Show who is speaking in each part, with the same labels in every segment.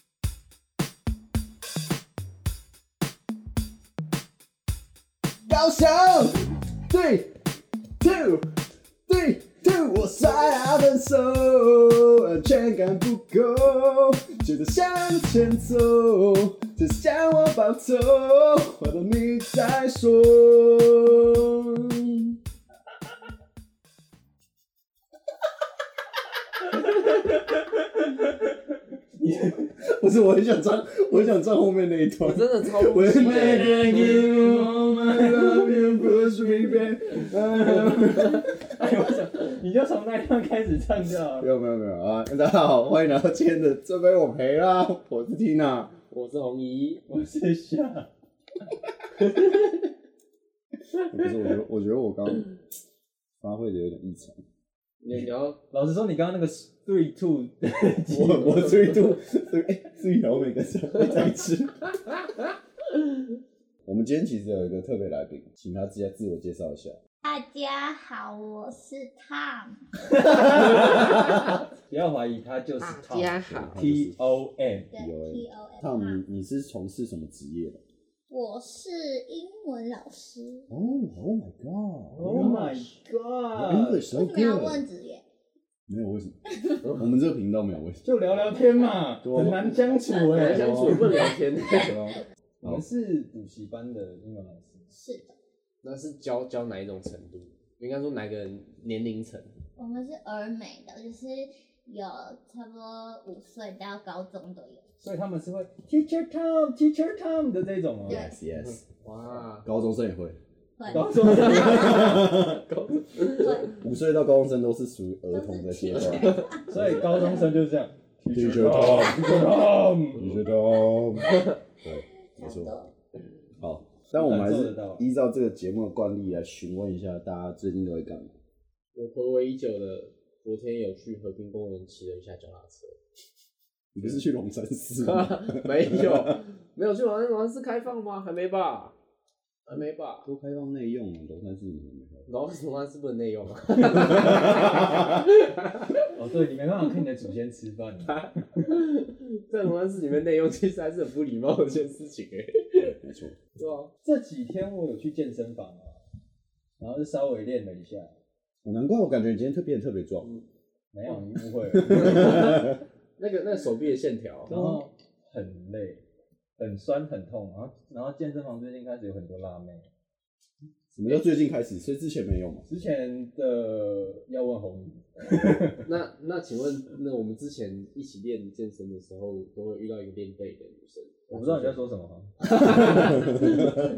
Speaker 1: 翱翔。Three, two, three, two，我摔了分手，安全感不够，只得向前走，只向我抱头，话到你再说。不是，我很想唱，我很想唱后面那一段
Speaker 2: 我。真的超
Speaker 1: When
Speaker 2: 不
Speaker 1: I
Speaker 2: 行的
Speaker 1: get you on my love, you push me back.
Speaker 3: 哎，我想你就从那一段开始唱就好
Speaker 1: 没
Speaker 3: 了。
Speaker 1: 有没有没有啊！大家好，欢迎来到今天的这杯我陪啦，我是 Tina。
Speaker 2: 我是红姨，
Speaker 3: 我是夏，
Speaker 1: 可是我觉得，我觉得我刚刚发挥的有点异常。
Speaker 2: 你你要
Speaker 3: 老实说，你刚刚那个 three two，
Speaker 1: 我 我注意度，哎注意注意，然后每个上会在吃。我们今天其实有一个特别来宾，请他自己自我介绍一下。
Speaker 4: 大家好，我是 Tom。
Speaker 3: 不要怀疑，他就是
Speaker 2: 大
Speaker 3: Tom
Speaker 2: 家好，
Speaker 3: T O M。
Speaker 4: 对
Speaker 1: 有欸
Speaker 4: T O M。
Speaker 1: 汤姆，你是从事什么职业的？
Speaker 4: 我是英文老师。
Speaker 1: 哦，Oh my God！
Speaker 3: Oh my god！
Speaker 1: English
Speaker 4: 为
Speaker 1: so
Speaker 4: 什么要
Speaker 1: good。
Speaker 4: 问职业？
Speaker 1: 没有为什么，我们这个频道没有 为什么。
Speaker 3: 就聊聊天嘛，
Speaker 1: 对啊
Speaker 3: 很难相处
Speaker 2: 本
Speaker 3: 哎、
Speaker 2: 来相处也不能聊天的，
Speaker 3: 我们是补习班的英文老师。
Speaker 4: 是的，
Speaker 2: 那是教教哪一种程度？应该说哪个年龄层？
Speaker 4: 我们是儿美的，就是有差不多五岁到高中都有。
Speaker 3: 所以他们是会 teacher Tom teacher Tom 的这种哦、
Speaker 4: 对
Speaker 1: Yes Yes，
Speaker 2: 哇，
Speaker 1: 高中生也会，
Speaker 4: 会
Speaker 3: 高中生
Speaker 4: 会，
Speaker 1: 五岁到高中生都是属于儿童的阶 段。
Speaker 3: 所以高中生就是这样
Speaker 1: Teacher
Speaker 3: Tom
Speaker 1: Tom
Speaker 3: teacher Tom，
Speaker 1: 你觉得 哦？对，
Speaker 4: 差
Speaker 1: 没
Speaker 4: 不
Speaker 1: 错。
Speaker 4: 多。
Speaker 1: 好，但我们还
Speaker 3: 感受得
Speaker 1: 是
Speaker 3: 到
Speaker 1: 依照这个节目的惯例来询问一下大家最近都在干嘛。
Speaker 2: 我回味已久的，昨天有去和平公园骑了一下脚踏车。
Speaker 1: 你不是去龙山寺 吗？
Speaker 2: 没有，没有去玩玩是开放吗？还没吧？还没吧？
Speaker 1: 都开放内用了，龙山寺你们没开
Speaker 2: 然后什么玩是不能内用 啊？
Speaker 3: 哦，对你没办法跟你的祖先吃饭啊，
Speaker 2: 在龙安寺里面内用，其实还是很不礼貌的一件事情哎、
Speaker 1: 放？没错，
Speaker 2: 对啊，
Speaker 3: 这几天我有去健身房啊，然后就稍微练了一下，
Speaker 1: 我难怪我感觉你今天特别特别壮。
Speaker 3: 没
Speaker 1: 哦
Speaker 3: 有你误会了，
Speaker 2: 那个那个手臂的线条，啊
Speaker 3: 然后很累，很酸很痛，然后然后健身房最近开始有很多辣妹，
Speaker 1: 什么叫最近开始？所以之前没有嘛？
Speaker 3: 之前的要问红姨，
Speaker 2: 那那请问，那我们之前一起练健身的时候，都会遇到一个练背的女生，
Speaker 3: 我不知道你在说什么哈，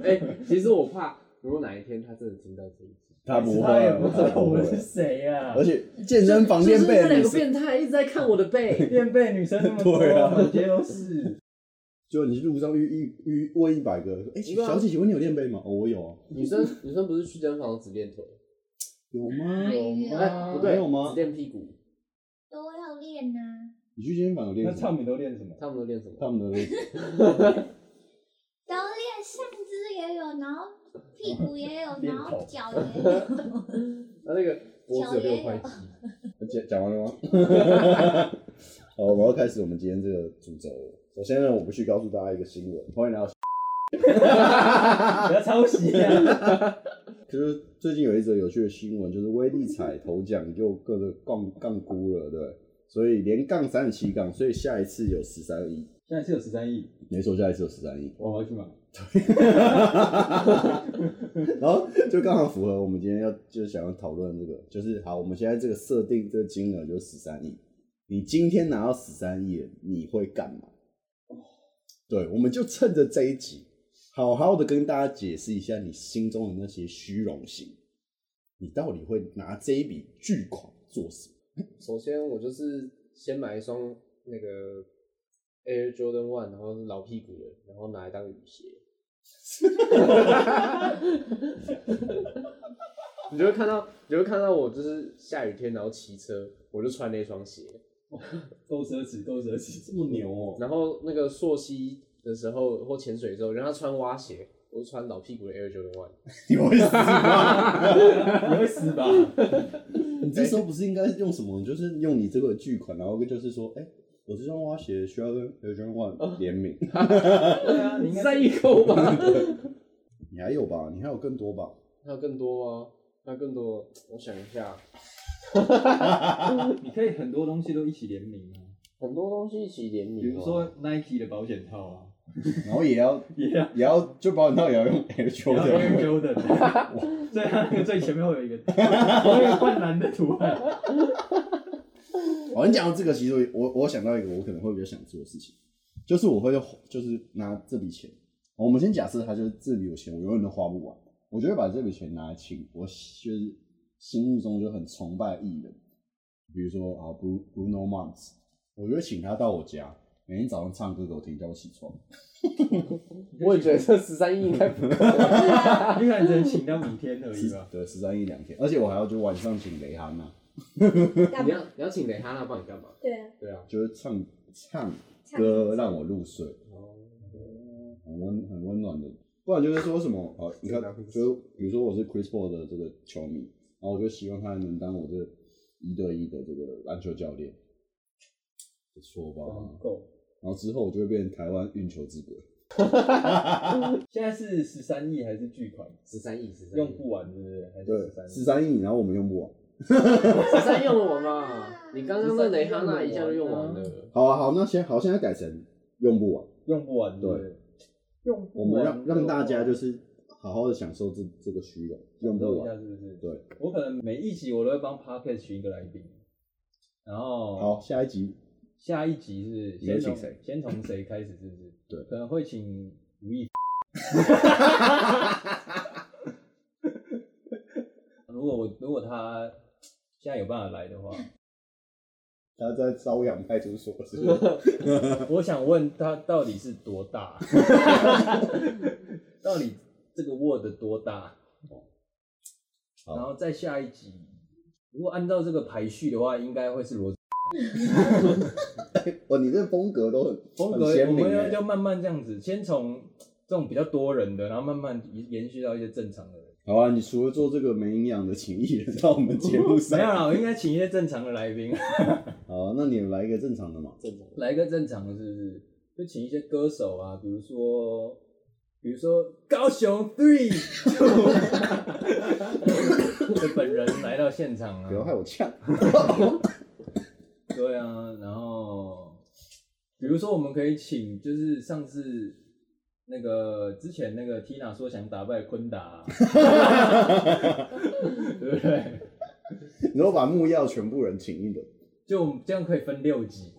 Speaker 2: 哎、其实我怕，如果哪一天她真的听到这一集，
Speaker 1: 他不会，啊
Speaker 3: 他也不知
Speaker 1: 他
Speaker 3: 道
Speaker 1: 不
Speaker 3: 我
Speaker 1: 会
Speaker 3: 们是谁 呀、啊
Speaker 1: 而。且健身房练背的女生，
Speaker 2: 变态一直在看我的背，
Speaker 3: 垫背女生那么多，
Speaker 1: 对啊
Speaker 3: 满街 都是。
Speaker 1: 就你路上遇遇遇问一百个，哎、
Speaker 2: 一个啊
Speaker 1: 小姐，请问你有练背吗？哦，我有啊，
Speaker 2: 女生女生不是去健身房只练腿，
Speaker 1: 有吗？
Speaker 4: 哎
Speaker 2: 哎、
Speaker 4: 呦，
Speaker 2: 不
Speaker 3: 啊
Speaker 2: 对，
Speaker 1: 没有吗
Speaker 2: 只练屁股，
Speaker 4: 都要练啊呐、
Speaker 1: 你去健身房有
Speaker 3: 那
Speaker 1: 练什
Speaker 3: 唱
Speaker 1: 么？
Speaker 3: 米都练什 么？
Speaker 2: 他们都练什么？
Speaker 1: 他们的
Speaker 4: 都练上肢也有，然后屁股也有，
Speaker 3: 练
Speaker 4: 然
Speaker 3: 头
Speaker 4: 后脚也有。
Speaker 2: 那那个脖子有六块肌，
Speaker 1: 讲讲 完了吗？好，我们要开始我们今天这个主轴了。首先呢，我们去告诉大家一个新闻，欢迎来到，
Speaker 2: 嗯
Speaker 3: 不要抄袭啊！
Speaker 1: 就是最近有一则有趣的新闻，就是威力彩头奖又各个杠杠估了，对，所以连杠三十七杠，所以下一次有十三亿，
Speaker 3: 现在是有十三亿，
Speaker 1: 没错，下一次有十三亿，
Speaker 3: 我要去买。
Speaker 1: 然后就刚好符合我们今天要就是想要讨论这个，就是好，我们现在这个设定这个金额就是十三亿，你今天拿到十三亿了，你会干嘛？对，我们就趁着这一集，好好的跟大家解释一下你心中的那些虚荣心，你到底会拿这一笔巨款做什么？
Speaker 2: 首先我就是先买一双那个 Air Jordan One，然后是老屁股的，然后拿来当雨鞋。你就会看到，你就会看到我就是下雨天，然后骑车，我就穿那双鞋。
Speaker 3: 够奢侈，够奢侈，
Speaker 1: 这么牛哦、
Speaker 2: 然后那个溯溪的时候或潜水的时候，人家穿蛙鞋，我就穿老屁股的 Air Jordan One。
Speaker 1: 你会死吗？
Speaker 3: 你会 死吧？
Speaker 1: 你这时候不是应该用什么？就是用你这个巨款，然后就是说，哎、我这双蛙鞋需要跟 Air Jordan One 联名。
Speaker 3: 对啊，你应
Speaker 2: 你
Speaker 3: 该
Speaker 2: 在一沟吧？
Speaker 1: 你还有吧？你还有更多吧？
Speaker 2: 那更多吗？那更多，我想一下，
Speaker 3: 你可以很多东西都一起联名啊，
Speaker 2: 很多东西一起联名、
Speaker 3: 比如说 Nike 的保险套啊，
Speaker 1: 然后也要
Speaker 3: 也要
Speaker 1: 也要就保险套也要 用 Air
Speaker 3: 然后 Air
Speaker 1: Jordan，
Speaker 3: Jordan，所以它那个最前面会有一个会有一个灌篮的图案。
Speaker 1: 哦，你讲到这个，其实我我我想到一个我可能会比较想做的事情，就是我会就是拿这笔钱，我们先假设他就是这里有钱，我永远都花不完，我就会把这笔钱拿来请我就是心目中就很崇拜的艺人，比如说啊，Bru- Bruno Mars，我就会请他到我家，每天早上唱歌给我听，叫我起床。
Speaker 2: 我也觉得这十三亿应该不够。
Speaker 3: 你可能只能请到明天而已吧。
Speaker 1: 对，十三亿两天，而且我还要就晚上请蕾哈娜，
Speaker 5: 干
Speaker 2: 你
Speaker 5: 嘛？
Speaker 2: 要你要请蕾哈娜帮你干嘛？
Speaker 5: 对啊，
Speaker 2: 对啊，
Speaker 1: 就是唱唱
Speaker 5: 唱
Speaker 1: 歌让我入睡，
Speaker 2: 哦，
Speaker 1: 很温很温暖的。不然就是说什么呃，你看，就比如说我是 Chris Paul 的这个球迷，然后我就希望他能当我这一对一的这个篮球教练，不错吧？
Speaker 3: 够。
Speaker 1: 然后之后我就会变成台湾运球之鬼。
Speaker 3: 现在是十三亿还是巨款？
Speaker 2: 十三亿，十三亿，
Speaker 3: 用不完，对不对？还
Speaker 1: 对
Speaker 3: 是
Speaker 1: 十
Speaker 3: 13，亿
Speaker 1: 三亿，然后我们用不完。
Speaker 2: 十三用了我嘛？ 你刚刚那蕾哈娜一下就用完了。
Speaker 1: 好啊，好，那先好，现在改成用不完。
Speaker 3: 用不完，不，用不
Speaker 1: 我
Speaker 3: 完。
Speaker 1: 们让让大家就是好好的享受这这个虚荣，用不
Speaker 3: 用一
Speaker 1: 完
Speaker 3: 下，。是不是？
Speaker 1: 对，
Speaker 3: 我可能每一集我都会帮 Podcast 寻一个来宾，然后
Speaker 1: 好，下一集
Speaker 3: 下一集是
Speaker 1: 你会
Speaker 3: 先
Speaker 1: 请
Speaker 3: 从
Speaker 1: 谁
Speaker 3: 先从谁开始？是不是？
Speaker 1: 对
Speaker 3: 可能会请吴亦。 如果我如果他现在有办法来的 话，
Speaker 1: 他在朝阳派出所是不 是
Speaker 3: 我想问他到底是多 大？到底这个 Word 多大？
Speaker 1: 哦好
Speaker 3: 然后再下一集，如果按照这个排序的话，应该会是罗
Speaker 1: 哇，你这风格都很
Speaker 3: 风格
Speaker 1: 很鲜
Speaker 3: 我
Speaker 1: 明
Speaker 3: 们要
Speaker 1: 欸
Speaker 3: 要慢慢这样子，先从这种比较多人的，然后慢慢延延续到一些正常的人。
Speaker 1: 好啊，你除了做这个没营养的情谊 人到我们节目
Speaker 3: 没有
Speaker 1: 上，
Speaker 3: 啦，我应该请一些正常的来宾，
Speaker 1: 好啊，那你来一个正常的嘛。
Speaker 2: 正常的。
Speaker 3: 来一个正常的，是不是？就请一些歌手啊，比如说，比如说高雄 Three 的本人来到现场啊
Speaker 1: 不，要害我呛，
Speaker 3: 对啊，然后比如说我们可以请，就是上次那个之前那个 Tina 说想打败昆达、啊 对不对？
Speaker 1: 你说把木曜全部人请一轮，
Speaker 3: 就我们这样可以分六集。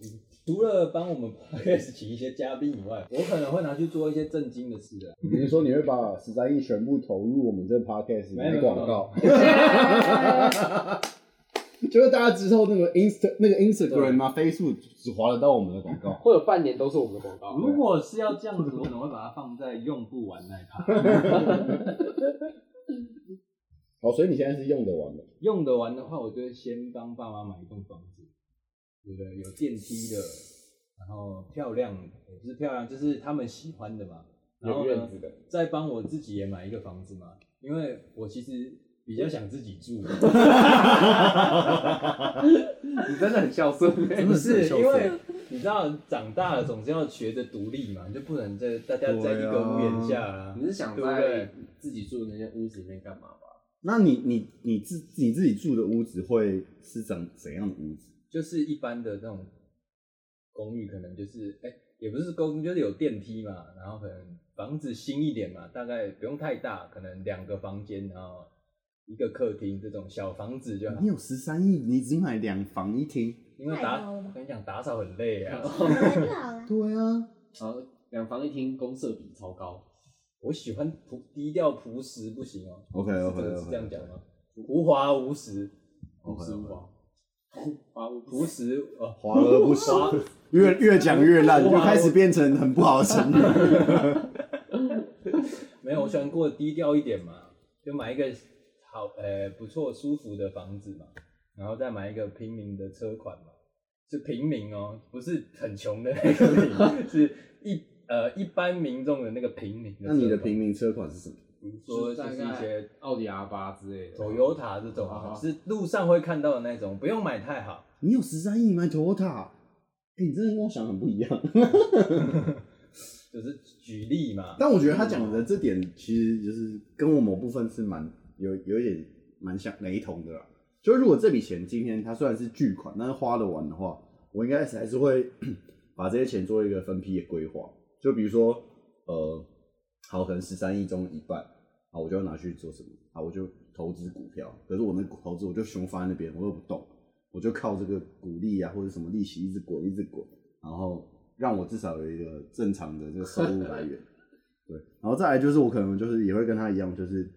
Speaker 3: 除了帮我们 podcast 请一些嘉宾以外，我可能会拿去做一些正经的事啊。
Speaker 1: 你是说你会把十三亿全部投入我们这 podcast
Speaker 3: 没有
Speaker 1: 买广告？ 就是大家之后那个 Insta 那个 Instagram 啊 Facebook 只划得到我们的广告，
Speaker 2: 会有半年都是我们的广告。
Speaker 3: 如果是要这样子，我可能会把它放在用不完那一趴，
Speaker 1: 好，所以你现在是用得完的。
Speaker 3: 用得完的话，我就会先帮爸妈买一栋房子，对不对？有电梯的，然后漂亮，也不是漂亮，就是他们喜欢的嘛。然后
Speaker 2: 有
Speaker 3: 呢
Speaker 2: 院子的，
Speaker 3: 再帮我自己也买一个房子嘛，因为我其实比较想自己 住。
Speaker 2: 你真的很孝 顺，
Speaker 3: 不是因为你知道长大了总是要学着独立嘛，你就不能在大家在一
Speaker 1: 对
Speaker 3: 个
Speaker 1: 啊
Speaker 3: 屋檐下啦
Speaker 2: 你。是想
Speaker 3: 对不对
Speaker 2: 在自己住的那间屋子里面干嘛吧？
Speaker 1: 那你你你自你自己住的屋子会是怎怎样的屋子？
Speaker 3: 就是一般的那种公寓，可能就是哎、也不是公寓，就是有电梯嘛，然后可能房子新一点嘛，大概不用太大，可能两个房间，然后一个客厅这种小房子就好
Speaker 1: 你。有十三亿，你只买两房一厅？
Speaker 3: 因为
Speaker 5: 太
Speaker 3: 打
Speaker 5: 高了吧
Speaker 3: 我跟你讲打扫很累啊，
Speaker 4: 很老了，
Speaker 1: 对啊，
Speaker 2: 好，两房一厅，公设比超高，
Speaker 3: 我喜欢朴低调朴实，不行哦、
Speaker 1: OK，
Speaker 3: 是
Speaker 1: OK，
Speaker 3: 这个是
Speaker 1: OK
Speaker 3: 这样讲吗？无华无实，
Speaker 1: OK，
Speaker 3: 无实无
Speaker 1: OK
Speaker 3: 华，华无朴实呃
Speaker 1: 华而不实， 越越讲越 烂，
Speaker 3: 哇
Speaker 1: 就开始变成很不好的成语。
Speaker 3: 没有，我喜欢过得低调一点嘛，就买一个好呃不错舒服的房子嘛，然后再买一个平民的车款嘛，是平民哦，不是很穷的那个 民，是一呃一般民众的那个平民的 车
Speaker 1: 那
Speaker 3: 款。
Speaker 1: 你的平民车款是什么？
Speaker 3: 比如说就是一些
Speaker 2: 奥迪 R 八之类的。
Speaker 3: Toyota 这种啊，
Speaker 2: 啊
Speaker 3: 是路上会看到的那种，不用买太好。
Speaker 1: 你 有十三亿买 Toyota？哎、你真的跟我想很不一样。
Speaker 3: 就是举例嘛。
Speaker 1: 但我觉得他讲的这点，其实就是跟我某部分是蛮有有一点蛮像雷同的啦。就是如果这笔钱今天它虽然是巨款，但是花得完的话，我应该是还是会 把这些钱做一个分批的规划。就比如说，呃，好，可能十三亿中一半，啊，我就要拿去做什么？啊，我就投资股票。可是我那股投资我就熊放在那边，我又不动，我就靠这个股利啊或者什么利息一直滚一直滚，然后让我至少有一个正常的这个收入来源。对，然后再来就是我可能就是也会跟他一样，就是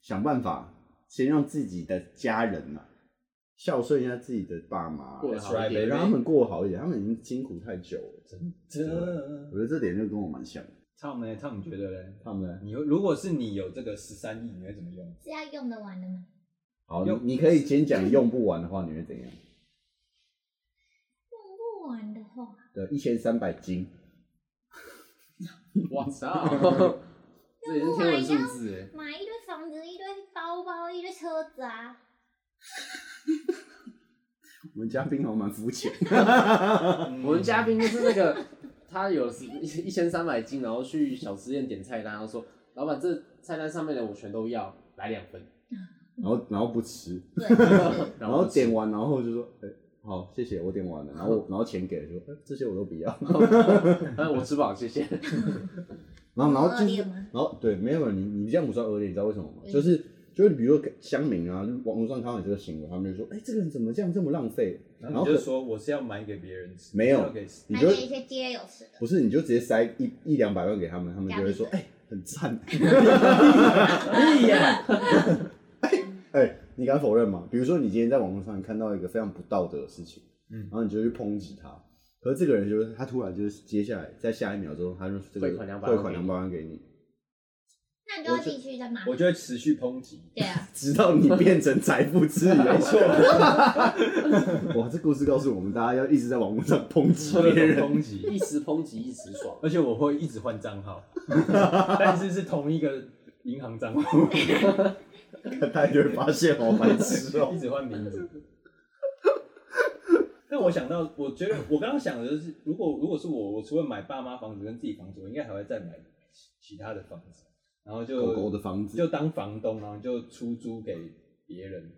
Speaker 1: 想办法先让自己的家人啊孝顺一下自己的爸妈，
Speaker 2: 过得好一
Speaker 3: That's right, baby
Speaker 2: 点，
Speaker 1: 让他们过得好一点，他们已经辛苦太久了。
Speaker 3: 这
Speaker 1: 我觉得这点就跟我蛮像的。
Speaker 3: Tom 呢？Tom 你觉得嘞？
Speaker 1: 他们呢
Speaker 3: 你如果是你有这个十三亿，你会怎么用？
Speaker 4: 是要用得完的吗？
Speaker 1: 好，
Speaker 3: 用
Speaker 1: 你你可以先讲用不完的话，你会怎样？
Speaker 4: 用不完的话，
Speaker 1: 对，呃一千三百斤，
Speaker 2: 我 操，这也是天文数字哎，
Speaker 4: 买一堆房子、一堆包包、一堆车子啊，
Speaker 1: 我们嘉宾好像蛮肤浅。
Speaker 2: 嗯我们嘉宾就是那个， 他有十一千三百斤，然后去小吃店点菜单，然后说：“老板，这菜单上面的我全都要，来两份。
Speaker 1: 然后然后不吃，
Speaker 4: 对，
Speaker 1: 然后点完，然后就说，哎、好，谢谢，我点完了， 然后我然后钱给了，说、哎这些我都 不要，
Speaker 2: 哎，我吃饱，谢谢。
Speaker 1: 然后然后
Speaker 4: 恶
Speaker 1: 就是
Speaker 4: 劣吗，
Speaker 1: 然后对，没有你你这样不算恶劣，你知道为什么吗？
Speaker 4: 嗯
Speaker 1: 就是就是比如说乡民啊，网络上看到你这个行为，他们就说，哎、这个人怎么这样这么浪费？
Speaker 3: 然
Speaker 1: 然
Speaker 3: 后
Speaker 1: 后
Speaker 3: 你就说我是要买给别人吃，
Speaker 1: 没有
Speaker 3: 不是要给
Speaker 1: 你
Speaker 4: 还
Speaker 1: 就
Speaker 4: 给一些街友吃的，
Speaker 1: 不是你就直接塞一一两百万给他们，他们就会说，
Speaker 4: 干
Speaker 1: 哎、很 赞，
Speaker 3: 哎呀，
Speaker 1: 哎、你敢否认吗？比如说你今天在网络上看到一个非常不道德的事情，
Speaker 3: 嗯
Speaker 1: 然后你就去抨击他，可是这个人就是他突然就是接下来在下一秒钟，他就这个
Speaker 2: 汇款200万
Speaker 1: 汇款两百万给你，
Speaker 4: 那你就要继续的嘛。
Speaker 3: 我就会持续抨击。
Speaker 4: 对啊，
Speaker 1: 直到你变成财富之源。
Speaker 3: 没错，
Speaker 1: 哇，这故事告诉我们，大家要一直在网络上抨击
Speaker 3: 各
Speaker 1: 别
Speaker 3: 种
Speaker 1: 人。
Speaker 3: 抨击。
Speaker 2: 一时抨击一时 爽，
Speaker 3: 而且我会一直换账号，但是是同一个银行 账户，
Speaker 1: 大家就会发现好白痴哦、
Speaker 3: 一直换名字。但我想到，我觉得我刚刚想的就是，如果如果是我，我除了买爸妈房子跟自己房子，我应该还会再买其其他的房子，然后就
Speaker 1: 狗狗的房子
Speaker 3: 就当房东，然后就出租给别人，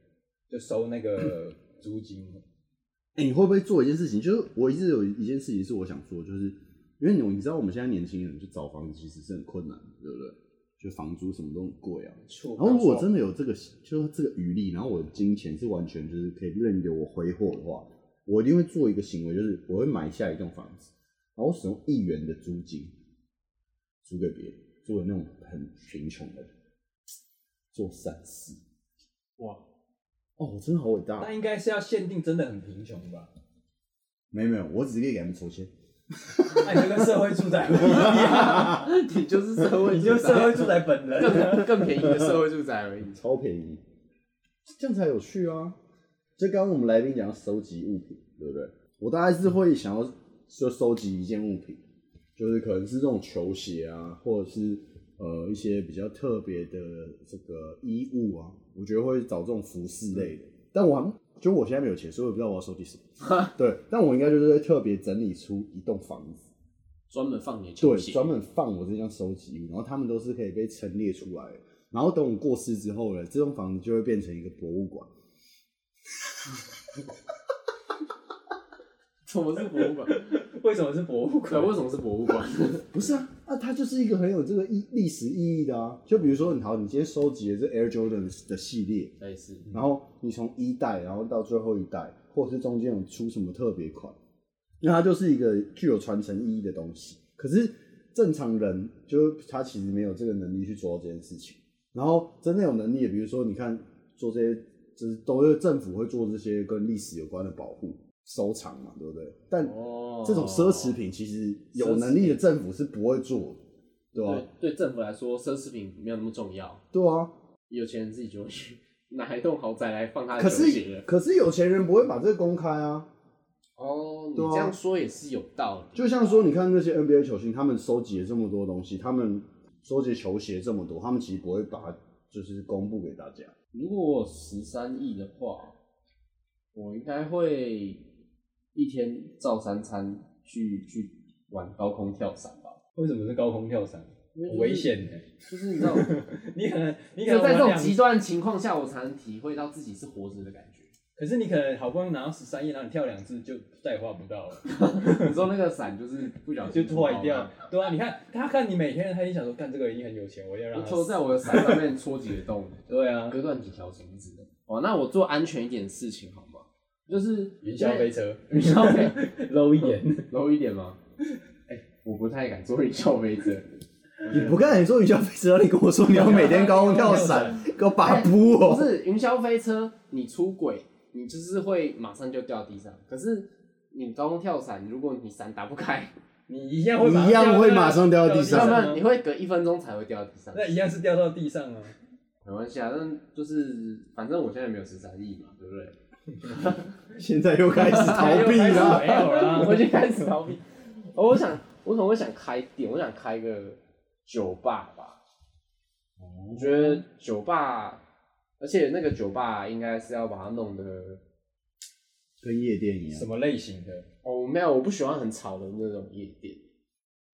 Speaker 3: 就收那个租金。
Speaker 1: 哎、你会不会做一件事情？就是我一直有一件事情是我想做，就是因为你你知道我们现在年轻人就找房子其实是很困难的，对不对？就房租什么都很贵啊。
Speaker 3: 错
Speaker 1: 然后如果真的有这个，就是这个余力，然后我的金钱是完全就是可以任由我挥霍的话，我一定会做一个行为，就是我会买下一栋房子，然后使用一元的租金租给别人，租给那种很贫穷的人，做善事。
Speaker 2: 哇，
Speaker 1: 哦，我真的好伟大
Speaker 3: 那！应该是要限定真的很贫穷吧？
Speaker 1: 没有没有，我只是可以给他们筹钱。
Speaker 3: 那你就跟社会住宅不 一样，
Speaker 2: 你就是社会
Speaker 3: 你
Speaker 2: 住
Speaker 3: 就
Speaker 2: 宅，
Speaker 3: 社 会住宅本人。
Speaker 2: 更更便宜的社会住宅而已。
Speaker 1: 超便宜，这样才有趣啊！就刚刚我们来宾讲要收集物品，对不对？我大概是会想要就收集一件物品，就是可能是这种球鞋啊，或者是呃一些比较特别的这个衣物啊，我觉得会找这种服饰类的。但我还就我现在没有钱，所以我也不知道我要收集什 么。对，但我应该就是会特别整理出一栋房子，
Speaker 2: 专门放你的球
Speaker 1: 对，
Speaker 2: 鞋，
Speaker 1: 专门放我这张收集物，然后他们都是可以被陈列出来的。然后等我过世之后呢，这栋房子就会变成一个博物馆。
Speaker 2: 怎么是博物馆？
Speaker 3: 为什么是博物
Speaker 2: 对，
Speaker 3: 馆？
Speaker 2: 为什么是博物馆？
Speaker 1: 不是啊，啊，它就是一个很有这个意历史意义的啊。就比如说，你好，你今天收集了这 Air Jordan 的系列，
Speaker 2: 类似，
Speaker 1: 然后你从一代，然后到最后一代，或者是中间有出什么特别款，因为它就是一个具有传承意义的东西。可是正常人就是他其实没有这个能力去做到这件事情。然后真的有能力的，比如说你看做这些，就是都是政府会做这些跟历史有关的保护、收藏嘛，对不对？但
Speaker 2: 哦
Speaker 1: 这种奢侈品其实有能力的政府是不会做的，对吧、
Speaker 2: 对对政府来说，奢侈品没有那么重要，
Speaker 1: 对啊，
Speaker 2: 有钱人自己就会去 拿一栋豪宅来放他的
Speaker 1: 可
Speaker 2: 球
Speaker 1: 是
Speaker 2: 鞋。
Speaker 1: 可是有钱人不会把这个公开啊，
Speaker 2: 哦，你
Speaker 1: 对啊
Speaker 2: 这样说也是有道理。啊
Speaker 1: 就像说，你看那些 NBA 球星，他们收集了这么多东西，他们收集球鞋这么多，他们其实不会把它就是公布给大家。
Speaker 2: 如果我十三亿的话，我应该会一天照三餐去去玩高空跳伞吧。
Speaker 3: 为什么是高空跳伞？
Speaker 2: 因为就是
Speaker 3: 危险欸呢、
Speaker 2: 就是你知道，
Speaker 3: 你可能 你
Speaker 2: 只
Speaker 3: 可
Speaker 2: 有
Speaker 3: 能
Speaker 2: 在这
Speaker 3: 玩
Speaker 2: 种
Speaker 3: 两
Speaker 2: 极端的情况下，我才能体会到自己是活着的感觉。
Speaker 3: 可是你可能好不容易拿到十三亿，然后你跳两次就再也画不到 了，
Speaker 2: 你说那个伞就是不小
Speaker 3: 就
Speaker 2: 心
Speaker 3: 坏掉
Speaker 2: 了。。
Speaker 3: 对啊，你看他看你每天，他一定想说，干这个一定很有钱，我要让
Speaker 2: 我
Speaker 3: 他
Speaker 2: 戳
Speaker 3: 死。
Speaker 2: 在我的伞上面戳几个洞，
Speaker 3: 对啊，
Speaker 2: 割断几条绳子。哦，那我做安全一点的事情好吗？就是
Speaker 3: 云霄飞 车
Speaker 2: 云霄飞
Speaker 3: low 一点，
Speaker 2: low 一点吗？哎、我不太敢做云霄飞 车。
Speaker 1: 你不看你坐云霄飞车，你跟我说你要每天高空跳 伞，给我把布
Speaker 2: 不
Speaker 1: 哦。
Speaker 2: 是云霄飞车，你出轨，你就是会马上就掉地上。可是你高空跳伞，如果你伞打不开，
Speaker 3: 你一样会马
Speaker 1: 你一样会马上掉
Speaker 3: 到啊
Speaker 1: 地
Speaker 2: 要
Speaker 1: 上啊
Speaker 2: 不
Speaker 1: 伞
Speaker 2: 然你会隔一分钟才会掉地上。
Speaker 3: 那一样是掉到地上啊。
Speaker 2: 没关系啊，但就是反正我现在没有十三亿嘛，对不对？
Speaker 1: 现在又开始逃避啊
Speaker 3: 了，没
Speaker 1: 了。
Speaker 3: 有
Speaker 2: 啊 我
Speaker 3: 啦。
Speaker 2: 就开始逃避。哦我想，我可能会想开店，我想开个酒吧吧。我觉得酒吧，而且那个酒吧应该是要把它弄得……
Speaker 1: 跟夜店一
Speaker 3: 什。么类型的？
Speaker 2: 哦，没有，我不喜欢很吵的那种夜店。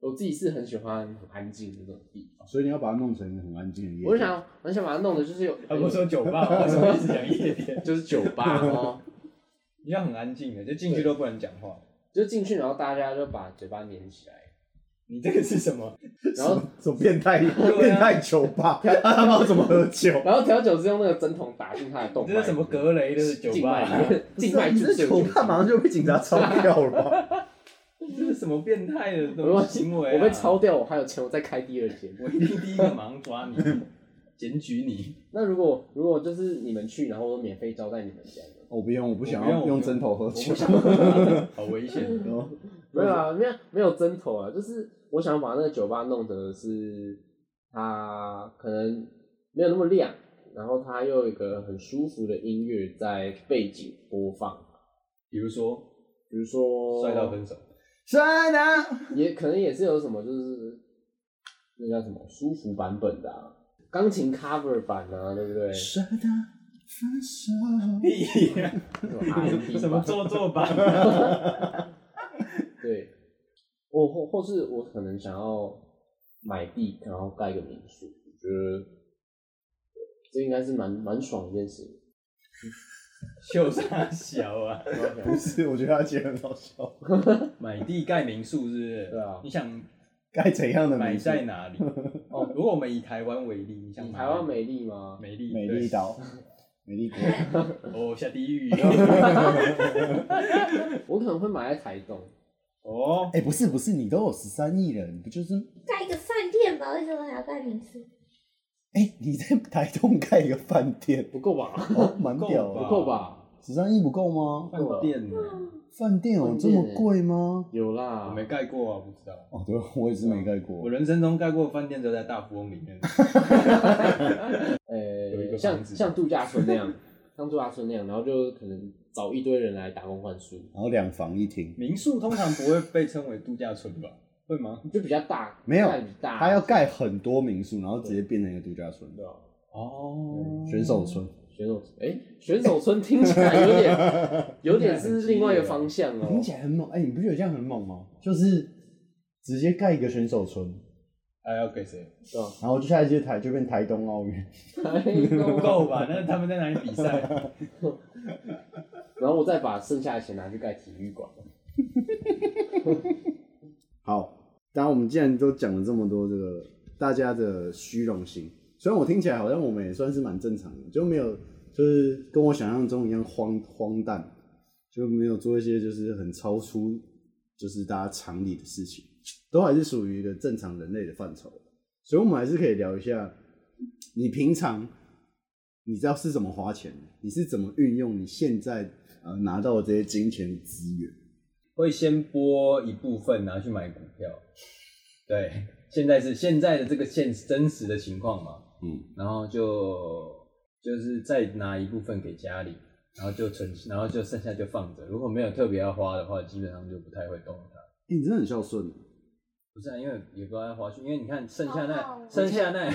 Speaker 2: 我自己是很喜欢很安静的那种地方。
Speaker 1: 所以你要把它弄成一个很安静的夜店。
Speaker 2: 我就想，很想把它弄的，就是有，
Speaker 3: 他不是说酒吧，啊 我说一直讲夜店，
Speaker 2: 就是酒吧哦，
Speaker 3: 你要很安静的，就进去都不能讲话。
Speaker 2: 就进去，然后大家就把嘴巴粘起来，
Speaker 3: 你这个是什么？
Speaker 2: 然后啊
Speaker 1: 什么变态变态酒吧？他他妈怎么喝酒？
Speaker 2: 然后调酒是用那个针筒打进他的动
Speaker 3: 你
Speaker 2: 脉，
Speaker 3: 这是什么格雷的酒
Speaker 2: 静
Speaker 3: 吧
Speaker 2: 脉？静脉
Speaker 1: 你
Speaker 2: 注
Speaker 1: 这
Speaker 2: 射
Speaker 1: 酒吧马上就被警察抄掉了 吧？
Speaker 3: 你这是什么变态的
Speaker 2: 我
Speaker 3: 东西行为、啊？
Speaker 2: 我被抄掉，我还有钱，我再开第二间。
Speaker 3: 我一定第一个马上抓 你，检举你。
Speaker 2: 那如果如果就是你们去，然后我免费招待你们这样的，
Speaker 1: 我哦不用，我不想
Speaker 3: 我不用
Speaker 1: 要
Speaker 3: 我不用
Speaker 1: 用针头喝
Speaker 3: 我不
Speaker 1: 酒。
Speaker 3: 想 喝， 好危险。
Speaker 1: 哦
Speaker 2: 没有啊，没有没有针头啊，就是我想把那个酒吧弄得是它可能没有那么亮，然后它又有一个很舒服的音乐在背景播放，
Speaker 3: 比如说
Speaker 2: 比如说
Speaker 3: 摔到分手，
Speaker 1: 帅男，
Speaker 2: 也可能也是有什么就是那叫什么舒服版本的、啊，钢琴 cover 版啊，对不 对？
Speaker 1: 帅男，分手。
Speaker 3: 屁哎呀
Speaker 2: 那种 R&B 版
Speaker 3: 什么做作版、 啊？
Speaker 2: 对，我或或是我可能想要买地，然后盖一个民宿，我觉得这应该是蛮蛮爽的一件事情。
Speaker 3: 秀啥小啊？
Speaker 1: 不是，我觉得他觉得很好笑。
Speaker 3: 买地盖民宿是不是？
Speaker 2: 对啊
Speaker 3: 你想
Speaker 1: 该怎样的
Speaker 3: 买
Speaker 1: 民宿
Speaker 3: 在哪 里？哦，如果我们以台湾为例，你想
Speaker 2: 以
Speaker 3: 买
Speaker 2: 台湾美丽吗？
Speaker 3: 美丽
Speaker 1: 美丽，岛，美丽国。
Speaker 3: 对哦，下地 狱。
Speaker 2: 我可能会买在台东，
Speaker 3: 哦，
Speaker 1: 哎、不是不是，你都有十三亿了，你不就是？
Speaker 4: 盖一个饭店吧，为什么还要盖民宿？
Speaker 1: 哎、你在台东盖一个饭店，
Speaker 2: 不够吧？
Speaker 1: 哦，蛮
Speaker 3: 够
Speaker 1: 屌
Speaker 2: 不
Speaker 1: 的。
Speaker 2: 够吧？
Speaker 1: 十三亿不够吗？
Speaker 3: 饭店呢？
Speaker 1: 饭店有
Speaker 2: 饭
Speaker 1: 这
Speaker 2: 店
Speaker 1: 么
Speaker 2: 欸
Speaker 1: 贵吗？
Speaker 2: 有
Speaker 3: 我
Speaker 2: 啦，
Speaker 3: 没盖过啊，不知道。
Speaker 1: 哦，对，我也是没盖过
Speaker 3: 我。人生中盖过饭店，只有在大富翁里 面。有一
Speaker 2: 呃，
Speaker 3: 个
Speaker 2: 像
Speaker 3: 房子
Speaker 2: 像度假村那样，像度假村那样，然后就可能找一堆人来打工换宿，
Speaker 1: 然后两房一厅，
Speaker 3: 民宿通常不会被称为度假村吧？会吗？
Speaker 2: 就比较大，
Speaker 1: 没有
Speaker 2: 盖比大，
Speaker 1: 他要盖很多民宿，然后直接变成一个度假村，
Speaker 2: 对啊，
Speaker 3: 哦
Speaker 1: 选手村。
Speaker 2: 选手村，哎、选手村听起来有 点，有点是另外一个方向哦、
Speaker 1: 听起来很猛，哎、你不觉得这样很猛吗？就是直接盖一个选手村，
Speaker 3: 还哎要给谁？
Speaker 2: 对吧？
Speaker 1: 然后就下一届台就变台东奥运，
Speaker 3: 不够吧？那他们在哪里比赛？
Speaker 2: 然后我再把剩下的钱拿去盖体育馆。
Speaker 1: 好，当然我们既然都讲了这么多这个大家的虚荣心，虽然我听起来好像我们也算是蛮正常的，就没有就是跟我想象中一样荒荒诞，就没有做一些就是很超出就是大家常理的事情，都还是属于一个正常人类的范畴，所以我们还是可以聊一下你平常。你知道是怎么花钱的？你是怎么运用你现在呃拿到的这些金钱资源？
Speaker 3: 会先拨一部分拿去买股票。对，现在是现在的这个现真实的情况嘛，
Speaker 1: 嗯，
Speaker 3: 然后就就是再拿一部分给家里，然后就存，然后就剩下就放着。如果没有特别要花的话，基本上就不太会动它。
Speaker 1: 欸你真的很孝顺欸，
Speaker 3: 不是、啊，因为也不知道要花去，因为你看剩下那、
Speaker 4: 好好哦
Speaker 3: 剩下那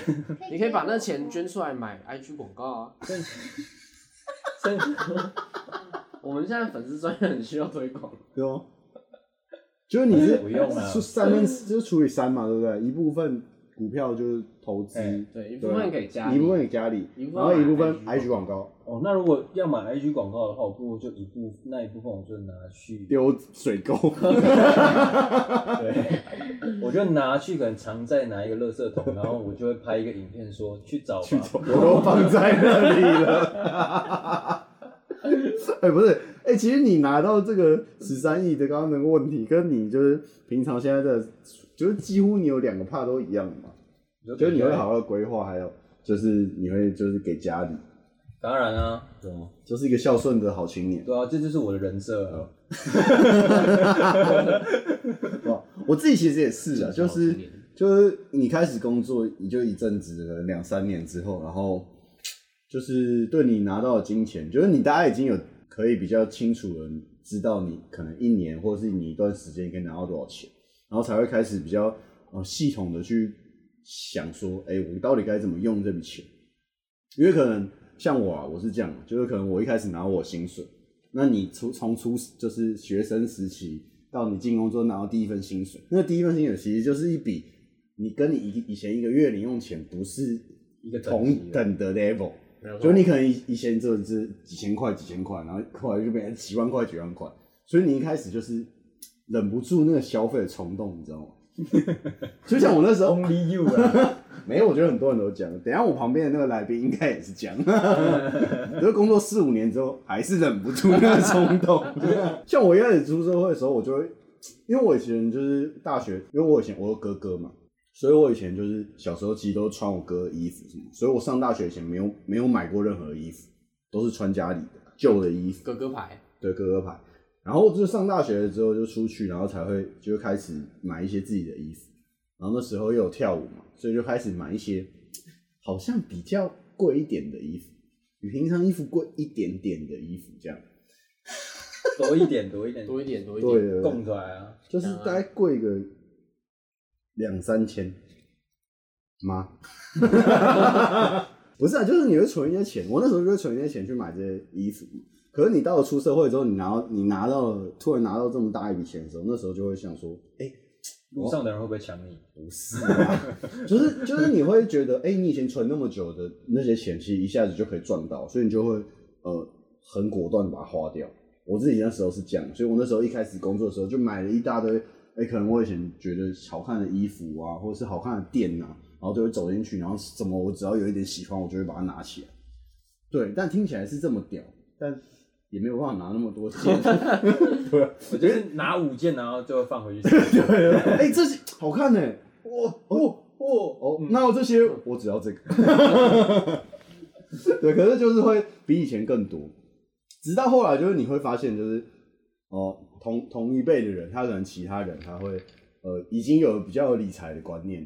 Speaker 2: 你可以把那钱捐出来买 IG 广告啊！
Speaker 3: 剩 剩
Speaker 2: 我们现在粉丝专业很需要推广，
Speaker 1: 对哦。就是你是
Speaker 3: 不 用啊
Speaker 1: 是三分之就是除以三嘛，对不对？一部分股票就是投资
Speaker 3: 哎，
Speaker 2: 对，一
Speaker 1: 一
Speaker 2: 部分给家里，
Speaker 1: 一部分给家里
Speaker 2: 一，部分
Speaker 1: 然后一部分
Speaker 2: 买
Speaker 1: IG 广告
Speaker 3: 哦，那如果要买 IG 广告的话，我不如就一部那一部分我就拿去，
Speaker 1: 丢水沟，
Speaker 3: 对，我就拿去可能藏在哪一个垃圾桶，然后我就会拍一个影片说去找吧，
Speaker 1: 去走，我都放在那里了。 哎、不是，哎、其实你拿到这个十三亿的刚刚那个问题，跟你就是平常现在的，就是几乎你有两个怕都一样嘛。
Speaker 3: 我
Speaker 1: 就是你会好，好的规划，还有就是你会就是给家里，
Speaker 3: 当然啊，
Speaker 1: 对吗？就是一个孝顺的好青年。
Speaker 3: 对啊，这就是我的人设
Speaker 1: 哦
Speaker 3: 啊，
Speaker 1: 哇，我自己其实也是啊，就是就是你开始工作，你就一阵子了，两三年之后，然后就是对你拿到的金钱，就是你大家已经有可以比较清楚的知道你可能一年或者是你一段时间可以拿到多少钱，然后才会开始比较呃系统的去想说，哎、我到底该怎么用这笔钱？因为可能像我啊，我是这样，就是可能我一开始拿我薪水，那你出从出就是学生时期到你进工作拿到第一份薪水，那第一份薪水其实就是一笔你跟你以以前一个月零用钱不是
Speaker 3: 一个等级
Speaker 1: 同等的 level，
Speaker 2: 没有错
Speaker 1: 就你可能以以前只有只几千块几千块，然后后来就变成几万块几万块，所以你一开始就是忍不住那个消费的冲动，你知道吗？ 就像我那时候，
Speaker 3: Only you 啊，
Speaker 1: 没有，我觉得很多人都讲。等一下我旁边的那个来宾应该也是这样，就是工作四五年之后，还是忍不住那个冲动。 像我一开始出社会的时候，我就会，因为我以前就是大学，因为我以前我有哥哥嘛，所以我以前就是小时候其实都穿我哥的衣服什么，所以我上大学以前没有没有买过任何衣服，都是穿家里的旧的衣服。
Speaker 2: 哥哥牌，
Speaker 1: 对哥哥牌。然后就是上大学了之后就出去，然后才会就开始买一些自己的衣服。然后那时候又有跳舞嘛，所以就开始买一些好像比较贵一点的衣服，比平常衣服贵一点点的衣服，这样。
Speaker 3: 多一点多一点，
Speaker 2: 多一点多一
Speaker 1: 对
Speaker 2: 点，
Speaker 1: 对对，
Speaker 3: 供出来啊，
Speaker 1: 就是大概贵个两三千吗？ 不是啊，就是你会存一些钱，我那时候就会存一些钱去买这些衣服嘛。可是你到了出社会之后，你拿到你拿到了突然拿到这么大一笔钱的时候，那时候就会想说，哎、
Speaker 3: 路上的人会不会抢你？
Speaker 1: 不是啊， 就是就是你会觉得，哎、你以前存那么久的那些钱，其实一下子就可以赚到，所以你就会呃很果断地把它花掉。我自己那时候是这样，所以我那时候一开始工作的时候就买了一大堆，哎、可能我以前觉得好看的衣服啊，或者是好看的店呐、啊，然后就会走进去，然后什么我只要有一点喜欢，我就会把它拿起来。对，但听起来是这么屌，但也没有办法拿那么多 件。对啊，
Speaker 3: 我就是拿五件，然后就放 回去。
Speaker 1: 哎、这些好看呢、哇哦哦哦，那我这些我只要这个。 对，可是就是会比以前更多，直到后来就是你会发现，就是哦，同同一辈的人，他可能其他人他会呃已经有比较有理财的观念，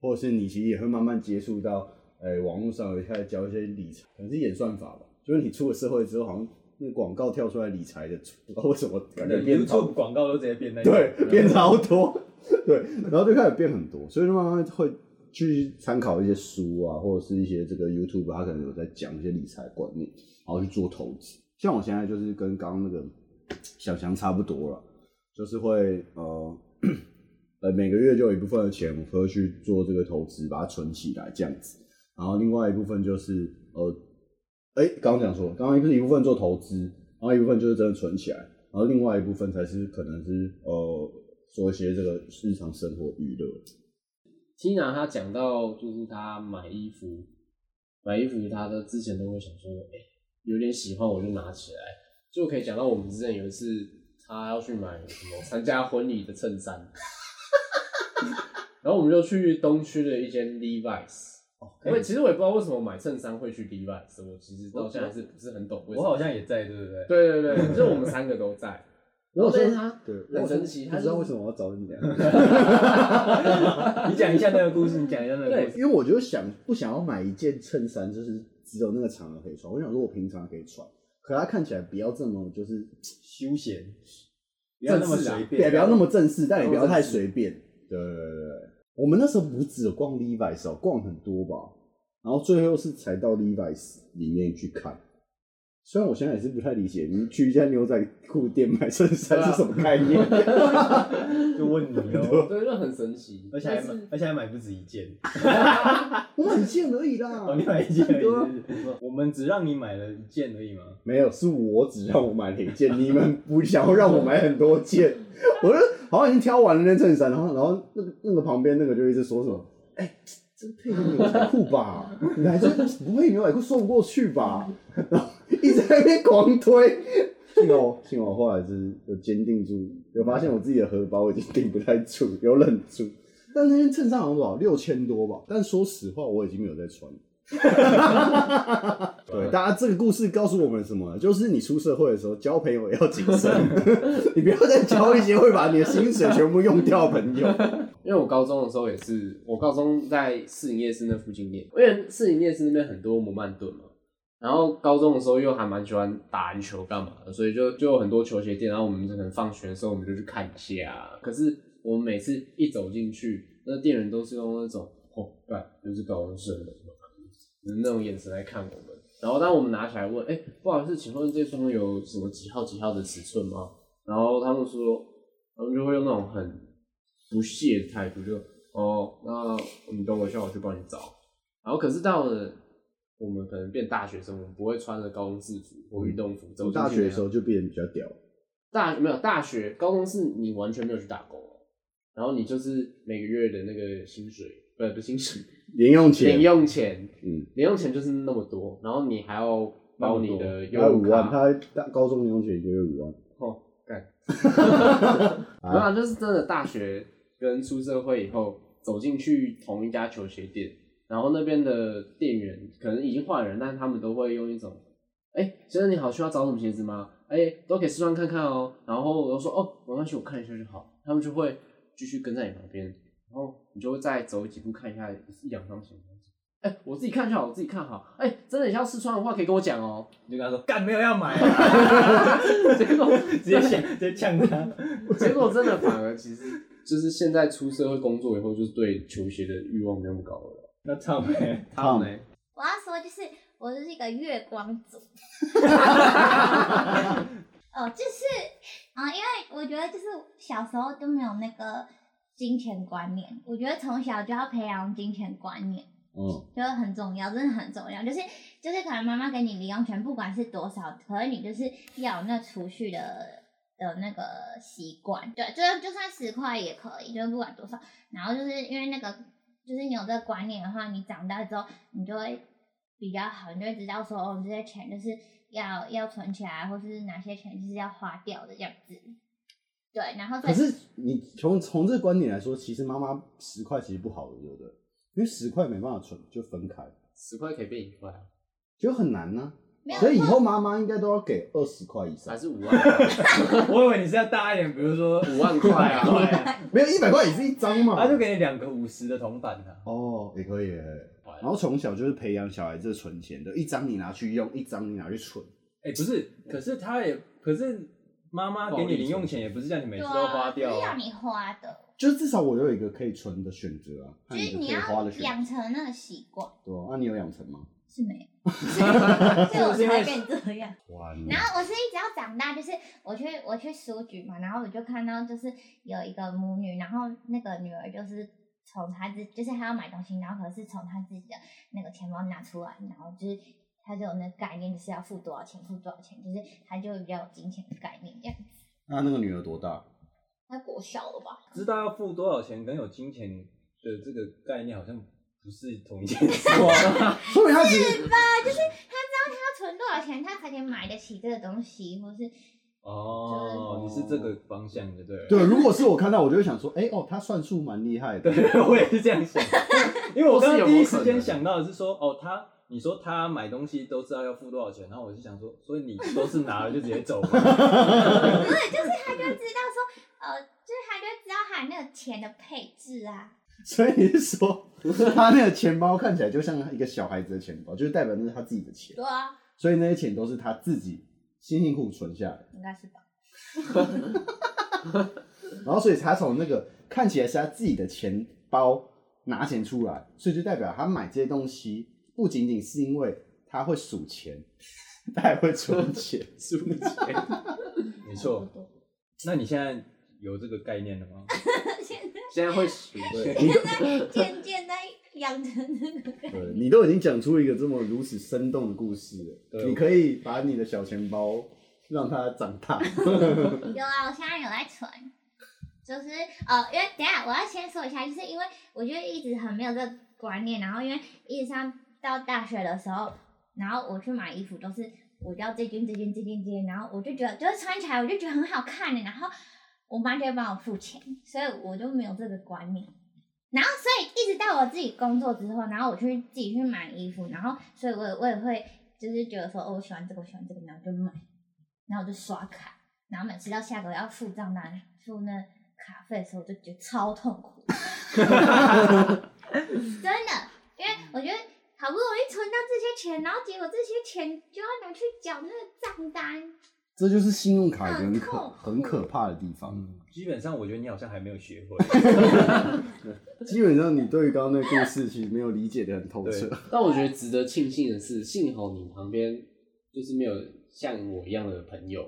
Speaker 1: 或者是你其实也会慢慢接触到，呃、网络上有开始教一些理财，可能是演算法吧，就是你出了社会之后，好像那个广告跳出来理财的，不知道为什么感觉变超
Speaker 3: YouTube 广告都直接变那
Speaker 1: 对，变
Speaker 3: 成
Speaker 1: 超多，对，然后就开始变很多，所以就慢慢会去参考一些书啊，或者是一些这个 YouTube，他可能有在讲一些理财观念，然后去做投资。像我现在就是跟刚刚那个小强差不多了，就是会呃呃每个月就有一部分的钱我会去做这个投资，把它存起来这样子，然后另外一部分就是呃。哎，刚刚讲说，刚刚就是一部分做投资，然后一部分就是真的存起来，然后另外一部分才是可能是呃做一些这个日常生活娱乐。
Speaker 2: Tina 她讲到就是她买衣服，买衣服她的之前都会想说，哎、有点喜欢我就拿起来，就可以讲到我们之前有一次她要去买什么参加婚礼的衬衫， 然后我们就去东区的一间 Levi's。因
Speaker 3: 哦哎
Speaker 2: 为其实我也不知道为什么买衬衫会去 Levi's，我其实到现在还是不是很懂为什
Speaker 3: 我
Speaker 2: 么。
Speaker 3: 好像也在，对不对？
Speaker 2: 对对对，就我们三个都 在。然后但是他
Speaker 1: 对，
Speaker 2: 很神奇，
Speaker 1: 不
Speaker 2: 他
Speaker 1: 知道
Speaker 2: 就
Speaker 1: 为
Speaker 2: 是
Speaker 1: 什么我要找你啊聊，
Speaker 3: 你讲一下那个故事，你讲一下那个故
Speaker 2: 对
Speaker 3: 事。
Speaker 1: 因为我就想不想要买一件衬衫，就是只有那个场合可以穿。我想说我平常可以穿，可它看起来不要这么就是
Speaker 3: 休闲，
Speaker 1: 不
Speaker 3: 不要那么随
Speaker 1: 啊
Speaker 3: 便，
Speaker 1: 也不要那么正式，但也不要太随便。对对对对，我们那时候不只有逛 Levi's 哦，逛很多吧，然后最后是才到 Levi's 里面去看，虽然我现在也是不太理解，你去一家牛仔裤店买衬衫是什么概 念？
Speaker 3: 就问你 哦，
Speaker 2: 对，那很神奇。
Speaker 3: 而且还
Speaker 2: 但
Speaker 3: 买
Speaker 2: 是，
Speaker 3: 而且还买不止一件，
Speaker 1: 哦我买一件而已啦
Speaker 3: 哦，你买一件而已
Speaker 1: 对啊
Speaker 3: 是 不是，我们只让你买了一件而已吗？
Speaker 1: 没有，是我只让我买了一件，你们不想要让我买很多件。 我就好像已经挑完了那衬衫，然后然后那个那个旁边那个就一直说什么，哎、这个配个牛仔裤吧，你还说不配牛仔裤说不过去吧， 然后一直在那边狂推。 幸好幸好后来是有坚定住，有发现我自己的荷包已经顶不太住，有忍住。但那件衬衫好像多少六千多吧，但说实话我已经没有在穿了。对，
Speaker 2: 啊
Speaker 1: 大家这个故事告诉我们什么？就是你出社会的时候，交朋友也要谨慎， 你不要再交一些会把你的薪水全部用掉的朋友。
Speaker 2: 因为我高中的时候也是，我高中在市营夜市那附近念，因为市营夜市那边很多摩曼顿嘛。然后高中的时候又还蛮喜欢打篮球干嘛的，所以就就有很多球鞋店。然后我们可能放学的时候我们就去看一下。啊可是我们每次一走进去，那店员都是用那种“哦，对，就是高中生的”那种眼神来看我们。然后当我们拿起来问：“哎、不好意思，请问这双有什么几号几号的尺寸吗？”然后他们说，他们就会用那种很不屑的态度，就哦，那你等我一下，我去帮你找。然后可是到了我们可能变大学生，我们不会穿着高中制服或运动服 走进去那
Speaker 1: 嗯
Speaker 2: 样。啊
Speaker 1: 大学的时候就变得比较屌，
Speaker 2: 大没有大学，高中是你完全没有去打工，哦然后你就是每个月的那个薪水，不不是薪水，
Speaker 1: 零用钱，
Speaker 2: 零用钱，
Speaker 1: 嗯，
Speaker 2: 零用钱就是那么多，然后你还要包你的
Speaker 1: 他
Speaker 2: 优
Speaker 1: 五万，
Speaker 2: 卡，
Speaker 1: 他大高中零用钱一个月五万，
Speaker 2: 哦，干，没有啊，就是真的大学跟出社会以后走进去同一家球鞋店，然后那边的店员可能已经换人，但是他们都会用一种哎、先生你好，需要找什么鞋子吗？哎、都可以试穿看看哦。然后我就说哦，没关系，我看一下就好。他们就会继续跟在你旁边，然后你就会再走几步看一下一两双鞋。哎、我自己看就好，我自己看好。哎、真的你要试穿的话，可以跟我讲哦。
Speaker 3: 你就跟他说干没有要买、啊，
Speaker 2: 结果
Speaker 3: 直接呛直接呛他。
Speaker 2: 结果真的反而其实就是现在出社会工作以后，就是对球鞋的欲望没那么高了。
Speaker 3: 那唱呗，
Speaker 1: 他
Speaker 2: 呢？
Speaker 4: 我要说就是我就是一个月光族。 哦，就是啊、因为我觉得就是小时候都没有那个金钱观念，我觉得从小就要培养金钱观念，
Speaker 1: 嗯，
Speaker 4: 就是很重要，真的很重要。就是就是可能妈妈给你零用钱，不管是多少，可是你就是要有那储蓄的。的那个习惯，对，就是就算十块也可以，就是不管多少。然后就是因为那个，就是你有这个观念的话，你长大之后你就会比较好，你就会知道说，哦，这些钱就是要要存起来，或是哪些钱就是要花掉的这样子。对，然后
Speaker 1: 可
Speaker 4: 再
Speaker 1: 是你从从这个观点来说，其实妈妈十块其实不好的，对不对？因为十块没办法存，就分开，
Speaker 2: 十块可以变一块啊，
Speaker 1: 就很难呢、
Speaker 4: 没有
Speaker 1: 所以以后妈妈应该都要给二十块以
Speaker 2: 还
Speaker 1: 上，
Speaker 2: 是五万块？
Speaker 3: 我以为你是要大一点，比如说
Speaker 2: 五万块 啊
Speaker 3: 五百块
Speaker 1: 没有一百块也是一张嘛。
Speaker 3: 他就给你两个五十的铜板啊。
Speaker 1: 哦，也可以耶。然后从小就是培养小孩子存钱的，一张你拿去用，一张你拿去存。
Speaker 3: 哎、不是，可是他也，可是妈妈给你零用钱也不是叫你每
Speaker 4: 对
Speaker 3: 次都花
Speaker 4: 啊，
Speaker 3: 掉
Speaker 4: 就是要
Speaker 3: 啊。
Speaker 4: 你花的，
Speaker 1: 就是至少我有一个可以存的选择啊，
Speaker 4: 就
Speaker 1: 和一
Speaker 4: 是
Speaker 1: 个可
Speaker 4: 你
Speaker 1: 以花
Speaker 4: 要
Speaker 1: 的选择。
Speaker 4: 养成那个习惯，
Speaker 1: 对啊，那你有养成吗？
Speaker 4: 是 没有，所以我
Speaker 3: 是因
Speaker 4: 才
Speaker 3: 为嗯
Speaker 4: 变这样。
Speaker 1: 哇，
Speaker 4: 然后我是一直要长大，就是我去我去书局嘛，然后我就看到就是有一个母女，然后那个女儿就是从她自就是她要买东西，然后可是从她自己的那个钱包拿出来，然后就是她就有那个概念，就是要付多少钱，付多少钱，就是她就比较有金钱的概念这样子。
Speaker 1: 那那个女儿多大？
Speaker 4: 那国小了吧？
Speaker 3: 知道要付多少钱跟有金钱的这个概念好像不是同一件 事。啊
Speaker 1: 所以她其实
Speaker 4: 吧，就是她知道她要存多少钱，她才可以买得起这个东西，或是
Speaker 3: 哦，你是这个方向的，对了。
Speaker 1: 对，如果是我看到，我就会想说，哎、哦，她算术蛮厉害的。
Speaker 3: 对，我也是这样想，因为我刚刚第一时
Speaker 2: 或是有可
Speaker 3: 间
Speaker 2: 能
Speaker 3: 想到的是说，哦，他，你说他买东西都知道要付多少钱，然后我就想说，所以你都是拿了就直接走了，
Speaker 4: 不是，就是她就知道说，呃，就是她就知道她那个钱的配置啊。
Speaker 1: 所以你是说，她那个钱包看起来就像一个小孩子的钱包，就是代表那是她自己的钱，
Speaker 4: 对啊，
Speaker 1: 所以那些钱都是她自己辛辛苦苦存下来的。
Speaker 4: 应该是吧。
Speaker 1: 然后所以他从那个看起来是他自己的钱包拿钱出来，所以就代表他买这些东西不仅仅是因为他会数钱， 他还会存钱。
Speaker 2: 输钱。
Speaker 3: 没错。那你现在有这个概念了吗？
Speaker 4: 现在
Speaker 2: 现在会数对，
Speaker 4: 渐渐在养成这个概
Speaker 1: 对
Speaker 4: 念。
Speaker 1: 你都已经讲出一个这么如此生动的故事了，
Speaker 3: 对
Speaker 1: 你可以把你的小钱包让它长大。
Speaker 4: 有啊，我现在有在存，就是呃，因为等一下我要先说一下，就是因为我觉得一直很没有这个观念，然后因为一直上到大学的时候，然后我去买衣服都是我要这件这件这件这件，然后我就觉得就是穿起来我就觉得很好看欸的，然后我妈就会帮我付钱，所以我就没有这个观念。然后，所以一直到我自己工作之后，然后我去自己去买衣服，然后，所以我也我也会就是觉得说，哦，我喜欢这个，我喜欢这个，然后就买，然后我就刷卡，然后每次到下个月要付账单、付那卡费的时候，我就觉得超痛苦， 真的，因为我觉得好不容易存到这些钱，然后结果这些钱就要拿去缴那个账单，
Speaker 1: 这就是信用卡很
Speaker 4: 啊很
Speaker 1: 可
Speaker 4: 痛
Speaker 1: 很可怕的地方。
Speaker 3: 嗯，基本上我觉得你好像还没有学会。
Speaker 1: 基本上你对于刚刚那故事其实没有理解的很透彻。
Speaker 2: 但我觉得值得庆幸的是，幸好你旁边就是没有像我一样的朋友，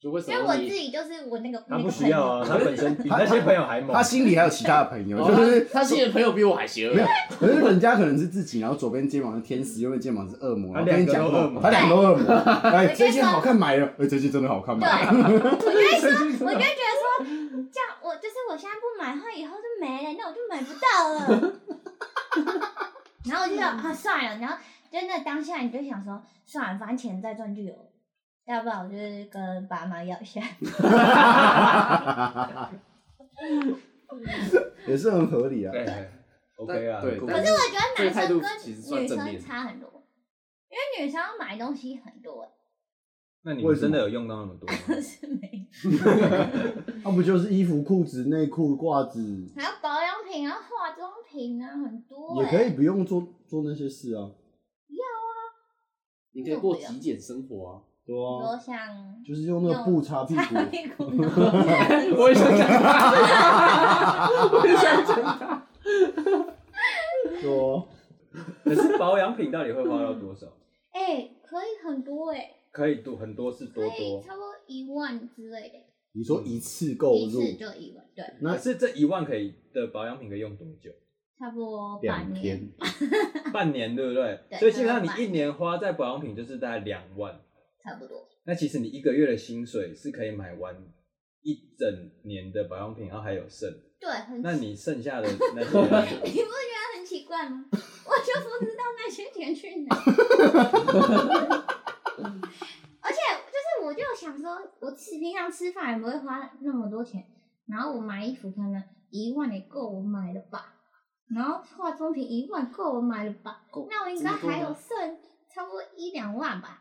Speaker 2: 就为什
Speaker 4: 因为
Speaker 2: 么
Speaker 4: 我
Speaker 2: 你
Speaker 4: 自己就是我那个
Speaker 3: 他
Speaker 4: 那
Speaker 3: 不
Speaker 4: 个
Speaker 3: 需要啊，
Speaker 4: 朋友
Speaker 3: 他本身比那些朋友还猛
Speaker 1: 他。心里还有其他的朋友，
Speaker 2: 哦
Speaker 1: 就是
Speaker 2: 他他现在朋友比我还啊邪恶
Speaker 1: 没，有，可是人家可能是自己，然后左边肩膀是天使，右边肩膀是恶魔。
Speaker 3: 他
Speaker 1: 我跟你讲
Speaker 3: 啊两个都恶魔
Speaker 1: 他两个都恶魔。 哎，
Speaker 4: 我
Speaker 1: 这
Speaker 4: 先
Speaker 1: 件
Speaker 4: 说啊
Speaker 1: 好看买了，哎，这件真的好看买了。
Speaker 4: 我就觉得说，这样我就是我现在不买的话，以后就没了，那我就买不到了。 然后我就想啊，算了，然后真的当下你就想说，算了，反正钱再赚就有了，要不然我就是跟爸妈要 一下。
Speaker 1: 也是很合理啊。
Speaker 3: 对，OK 啊，
Speaker 2: 但对
Speaker 3: 故
Speaker 2: 但
Speaker 4: 可是我觉得
Speaker 2: 这个
Speaker 4: 男
Speaker 2: 态度
Speaker 4: 生跟
Speaker 2: 其实算
Speaker 4: 女
Speaker 2: 正面
Speaker 4: 生差很多，因为女生要买东西很多、 欸，
Speaker 3: 那你们真的有用到那么多 吗？
Speaker 4: 是没，
Speaker 1: 那不就是衣服、裤子、内裤、袜子，
Speaker 4: 还有保养品，还有化妆品啊，很多、
Speaker 1: 也
Speaker 4: 欸。
Speaker 1: 可以不用做做那些事啊。
Speaker 2: 你可以过极简生活啊。
Speaker 1: 对
Speaker 4: 比如
Speaker 1: 啊
Speaker 4: 说，像
Speaker 1: 就是用那个布擦屁股
Speaker 4: 擦。屁股，然后
Speaker 2: 我也想讲他，我也想讲他。
Speaker 1: 对啊，
Speaker 3: 可是保养品到底会花到多少？
Speaker 4: 哎、可以很多哎、
Speaker 3: 可以多很多是
Speaker 4: 可
Speaker 3: 多
Speaker 4: 以
Speaker 3: 多，
Speaker 4: 哎差不多一万之类的，
Speaker 1: 你说一次购
Speaker 4: 一
Speaker 1: 入，
Speaker 4: 次就一万，对，
Speaker 1: 那
Speaker 3: 可是这一万可以的保养品可以用多久？
Speaker 4: 差不多
Speaker 1: 两
Speaker 4: 半年
Speaker 1: 天。
Speaker 3: 半年对不对？
Speaker 4: 对
Speaker 3: 所以基本上
Speaker 4: 半
Speaker 3: 你
Speaker 4: 年
Speaker 3: 一年花在保养品就是大概两万，
Speaker 4: 差不多。
Speaker 3: 那其实你一个月的薪水是可以买完一整年的保养品，然后还有剩，
Speaker 4: 对，很
Speaker 3: 那你剩下的那些
Speaker 4: 你不觉得很奇怪 吗？我就不知道那些钱去哪。而且就是，我就想说，我吃平常吃饭也不会花那么多钱，然后我买衣服可能一万也够我买了吧，然后化妆品一万够我买了吧
Speaker 2: 够，
Speaker 4: 那我应
Speaker 2: 这
Speaker 4: 该
Speaker 2: 么多吗
Speaker 4: 还有剩差不多一两万吧，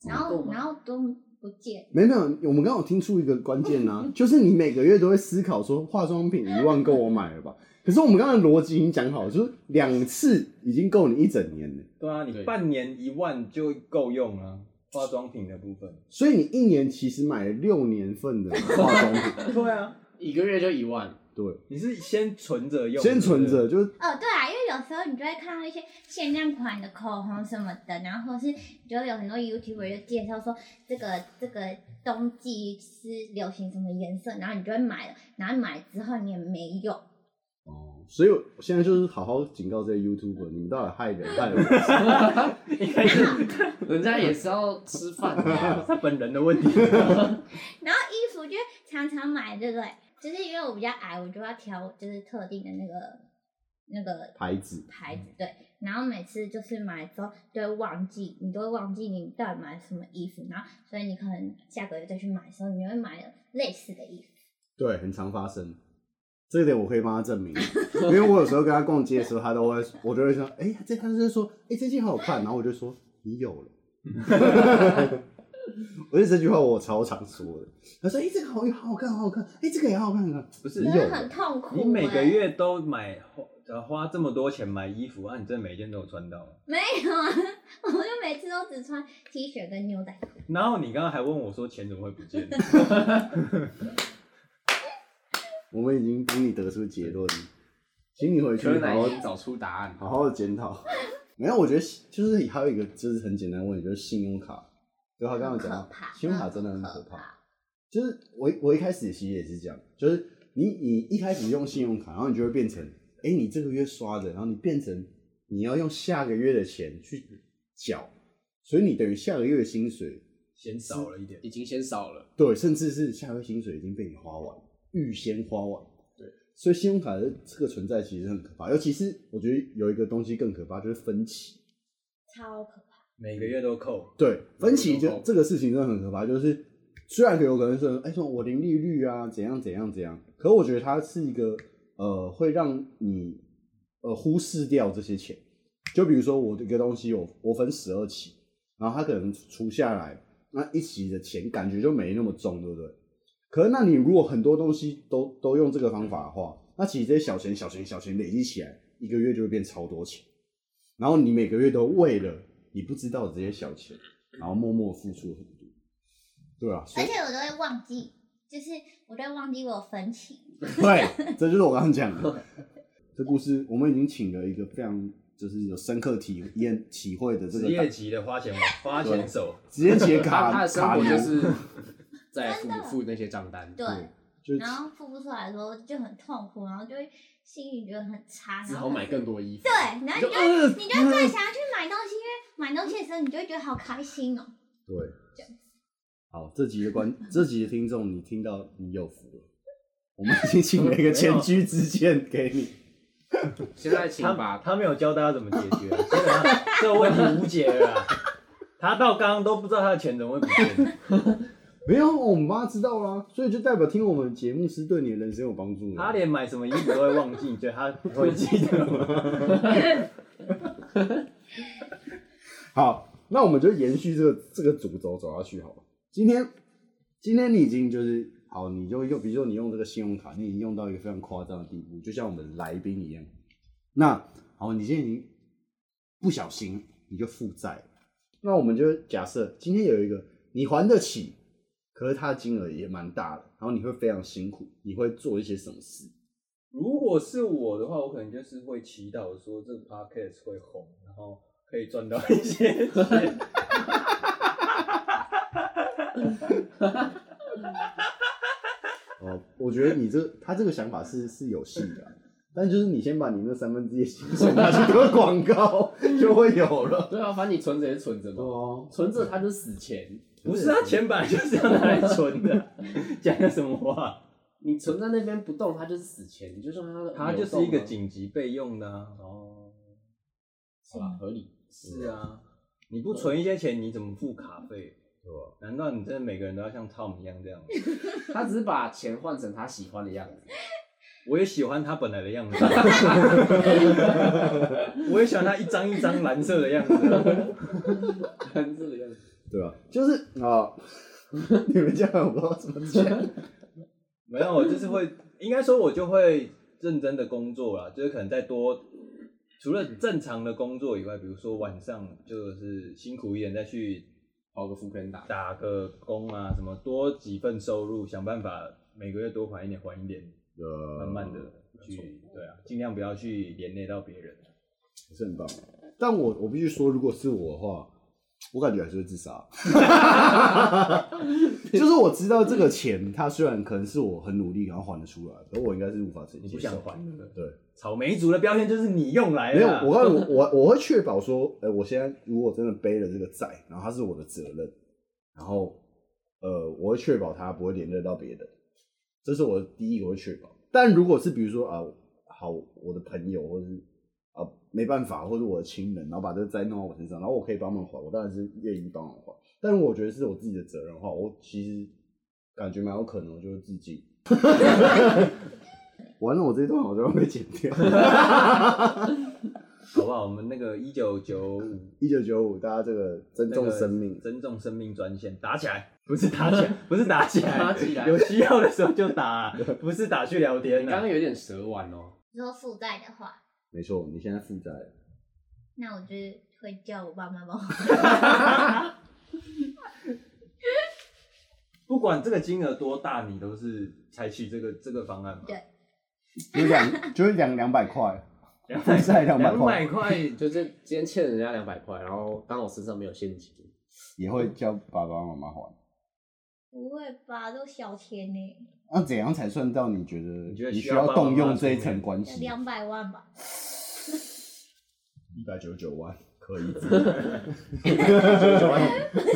Speaker 2: 这么
Speaker 4: 然
Speaker 2: 够
Speaker 4: 后
Speaker 2: 吗
Speaker 4: 然后都不见。
Speaker 1: 没有没有，我们刚好听出一个关键呐、 就是你每个月都会思考说化妆品一万够我买了吧？可是我们刚刚的逻辑已经讲好了，就是两次已经够你一整年了，
Speaker 3: 对啊，
Speaker 2: 对
Speaker 3: 你半年一万就够用啊，化妆品的部 分。
Speaker 1: 所以你一年其实买了六年份的化妆 品，
Speaker 3: 对啊，
Speaker 2: 一个月就一万，
Speaker 1: 对，
Speaker 3: 你是先存着用，
Speaker 1: 先存
Speaker 3: 对
Speaker 1: 着，就是
Speaker 4: 哦，对啊，因为有时候你就会看到一些限量款的口红什么的，然后或是就会有很多 YouTuber 就介绍说这个这个冬季是流行什么颜色，然后你就会买了，然后买了之后你也没用，
Speaker 1: 哦，所以我现在就是好好警告这些 YouTuber，你们 到底害人害我，
Speaker 3: 不对，应 该是
Speaker 2: 人家也是要吃饭的 啊。
Speaker 3: 他本人的问题。
Speaker 4: 然后衣服就常常买，对不对？就是因为我比较矮，我就要挑就是特定的那个那个
Speaker 1: 牌子
Speaker 4: 牌子，对。然后每次就是买之后就会忘记，你都会忘记你到底买了什么衣服，然后所以你可能下个月再去买的时候，你就会买了类似的衣服。
Speaker 1: 对，很常发生。这一点我可以帮他证明，因为我有时候跟他逛街的时候，他都会，我就会说，哎、这他就说，哎、这件好好看，然后我就说你有了， 我觉得这句话我超常说的。他说，哎、这个好好好看，好好看，哎、这个也好好看，好看
Speaker 3: 不是
Speaker 1: 你
Speaker 4: 真
Speaker 1: 有
Speaker 4: 的很
Speaker 1: 了，
Speaker 4: 痛苦、欸。
Speaker 3: 你每个月都买花呃花这么多钱买衣服啊，你真的每一件都有穿到吗？
Speaker 4: 没有啊？ 我就每次都只穿 T 恤跟牛仔裤。
Speaker 3: 然后你刚刚还问我说钱怎么会 不见？
Speaker 1: 我们已经帮你得出结论，请你回去
Speaker 2: 柯南
Speaker 1: 好好
Speaker 2: 已经找出答案，
Speaker 1: 好好的检讨。 没有，我觉得就是还有一个就是很简单的问题，就是信用卡，就他刚刚讲
Speaker 4: 可
Speaker 1: 到
Speaker 4: 怕，
Speaker 1: 信用卡真的很
Speaker 4: 很
Speaker 1: 可怕。
Speaker 4: 怕。
Speaker 1: 就是我我一开始其实也是这样，就是你你一开始用信用卡，然后你就会变成，哎、你这个月刷的，然后你变成你要用下个月的钱去缴，所以你等于下个月的薪水，
Speaker 3: 嫌少了一点。
Speaker 2: 已经先少了，
Speaker 1: 对，甚至是下个月薪水已经被你花完，预先花完。对，所以信用卡的这个存在其实很可怕，尤其是我觉得有一个东西更可怕，就是分期。
Speaker 4: 超可怕，
Speaker 3: 每个月都扣，
Speaker 1: 对，分歧
Speaker 2: 有
Speaker 1: 就
Speaker 2: 有
Speaker 1: 这个事情真的很可怕，就是虽然有可能说，哎、说我零利率啊，怎样怎样怎样，可我觉得它是一个呃，会让你呃忽视掉这些钱。就比如说我的一个东西我，我分十二期，然后它可能除下来那一期的钱，感觉就没那么重，对不对？可是那你如果很多东西都都用这个方法的话，那其实这些小钱、小钱、小钱累积起来，一个月就会变超多钱。然后你每个月都为了你不知道的这些小钱，然后默默付出很多，对啊，所
Speaker 4: 而
Speaker 1: 以
Speaker 4: 且我都会忘记，就是我都会忘记我有分期。
Speaker 1: 对，这就是我刚刚讲的。这故事我们已经请了一个非常就是有深刻体验体会的这
Speaker 3: 职
Speaker 1: 个
Speaker 3: 业
Speaker 1: 打
Speaker 3: 级的花钱王花钱手，
Speaker 1: 职业级的
Speaker 2: 他他
Speaker 1: 卡
Speaker 2: 的生
Speaker 1: 卡
Speaker 2: 活就
Speaker 1: 奴，
Speaker 2: 是 在付
Speaker 4: 真的
Speaker 2: 付那些账单，
Speaker 4: 对，啊
Speaker 1: 就是
Speaker 4: 然后付不出来的时候就很痛苦，然后就会心里觉得很差，
Speaker 2: 只
Speaker 4: 然
Speaker 2: 好
Speaker 4: 后
Speaker 2: 买更多衣服。
Speaker 4: 对，然后你就会
Speaker 2: 呃
Speaker 4: 你就会更想要去买东西，因为买东西的时候你就会觉得好开心哦、
Speaker 1: 对
Speaker 4: 这样。
Speaker 1: 好，这集的 观这集的听众，你听到你有福了，我们已经请了一个前居之鉴给你。
Speaker 2: 现在请
Speaker 3: 他
Speaker 2: 把
Speaker 3: 他没有教大家怎么解决，啊所以他这个问题无解了啊。他到刚刚都不知道他的钱怎么会不见，
Speaker 1: 没有，我们妈知道啦，所以就代表听我们节目是对你的人生有帮助的。啊
Speaker 3: 他连买什么衣服都会忘记，你觉得他 会记得吗？
Speaker 1: 好，那我们就延续这个这个主轴走下去好了。今天今天你已经就是好，你就用，比如说你用这个信用卡，你已经用到一个非常夸张的地步，就像我们来宾一样。那好，你现在已经不小心你就负债了，那我们就假设今天有一个你还得起，可是它的金额也蛮大的，然后你会非常辛苦，你会做一些什么事？
Speaker 3: 如果是我的话，我可能就是会祈祷说这个 podcast 会红，然后可以赚到一些钱。
Speaker 1: 哦，我觉得你这他这个想法是是有戏的啊、但就是你先把你那三分之一的薪水拿去做广告，就会有了。
Speaker 2: 对啊，反正你存着也是存着嘛，
Speaker 1: 哦，
Speaker 2: 存着它就死钱，
Speaker 3: 啊不是啊，钱本来就是要拿来存的， 讲的什么话？
Speaker 2: 你存在那边不动，它就是死钱，你就让它
Speaker 3: 它
Speaker 2: 流
Speaker 3: 就是一个
Speaker 2: 动啊，
Speaker 3: 紧急备用的、啊、哦。
Speaker 2: 好啦合理。
Speaker 3: 是啊，你不存一些钱，你怎么付卡费？
Speaker 1: 对吧？
Speaker 3: 难道你真的每个人都要像 Tom 一样这样吗？
Speaker 2: 他只是把钱换成他喜欢的样子，
Speaker 3: 我也喜欢他本来的 样子，我也喜欢他一张一张蓝色的样子。
Speaker 2: 看这个样子。
Speaker 1: 对吧？就是啊， 你们这样我不知道怎么
Speaker 3: 呃
Speaker 1: 讲。
Speaker 3: 没有，我就是会，应该说我就会认真的工作啦，就是可能再多。除了
Speaker 1: 嗯
Speaker 3: 正常的工作以外，比如说晚上就是辛苦一点再去
Speaker 2: 跑个副片打，
Speaker 3: 打个工啊，什么多几份收入，想办法每个月多还一点，还一点，
Speaker 1: 呃
Speaker 3: 慢慢的去，对啊，尽量不要去连累到别人。
Speaker 1: 还是很棒。但我我必须说，如果是我的话，我感觉还是会自杀。 就是我知道这个钱，它虽然可能是我很努力然后还得出来，可我应该是无法承受。
Speaker 3: 你不想还的，
Speaker 1: 嗯对。
Speaker 3: 草莓族的标签就是你用来
Speaker 1: 没
Speaker 3: 的
Speaker 1: 有
Speaker 3: 啊。，
Speaker 1: 我告诉 你，我我会确保说，呃，我现在如果真的背了这个债，然后它是我的责任，然后呃，我会确保它不会连累到别人，这是我的第一个会确保。但如果是比如说啊，好，我的朋友或者是啊没办法，或者我的亲人，然后把这个债弄到我身上，然后我可以帮忙还，我当然是愿意帮忙还。但如果我觉得是我自己的责任的话，我其实感觉蛮有可能我就会自尽。 完了，我这一段好像要被剪掉。
Speaker 3: 好不好？我们那个一九九五
Speaker 1: 一九九五，大家这个珍重生命。
Speaker 3: 珍重生命专线打起来，不是打起来，不是打起来，
Speaker 2: 打起来
Speaker 3: 有需要的时候就打啊，不是打去聊天
Speaker 2: 你刚
Speaker 3: 啊。
Speaker 2: 刚有点蛇丸哦，
Speaker 4: 如果负债的话，
Speaker 1: 没错，你现在负债 了，
Speaker 4: 那我就是会叫我爸妈帮我。
Speaker 3: 不管这个金额多大，你都是采取这个这个方案嘛。
Speaker 4: 对
Speaker 1: 就是两就是两两百块，
Speaker 3: 两
Speaker 1: 负债两百
Speaker 3: 两
Speaker 1: 块
Speaker 3: 百块，
Speaker 2: 就是今天欠人家两百块，然后刚好身上没有现金，
Speaker 1: 也会叫爸爸妈妈还。
Speaker 4: 不会吧，都小钱呢、
Speaker 1: 那怎样才算到你觉得
Speaker 3: 你觉得
Speaker 1: 你
Speaker 3: 需
Speaker 1: 需
Speaker 3: 要
Speaker 1: 要
Speaker 3: 爸爸
Speaker 1: 动
Speaker 3: 妈妈
Speaker 1: 用这一
Speaker 3: 出面
Speaker 1: 层关
Speaker 4: 要
Speaker 1: 系？
Speaker 4: 两百万吧？
Speaker 1: 一百九十九万 可以，
Speaker 4: 不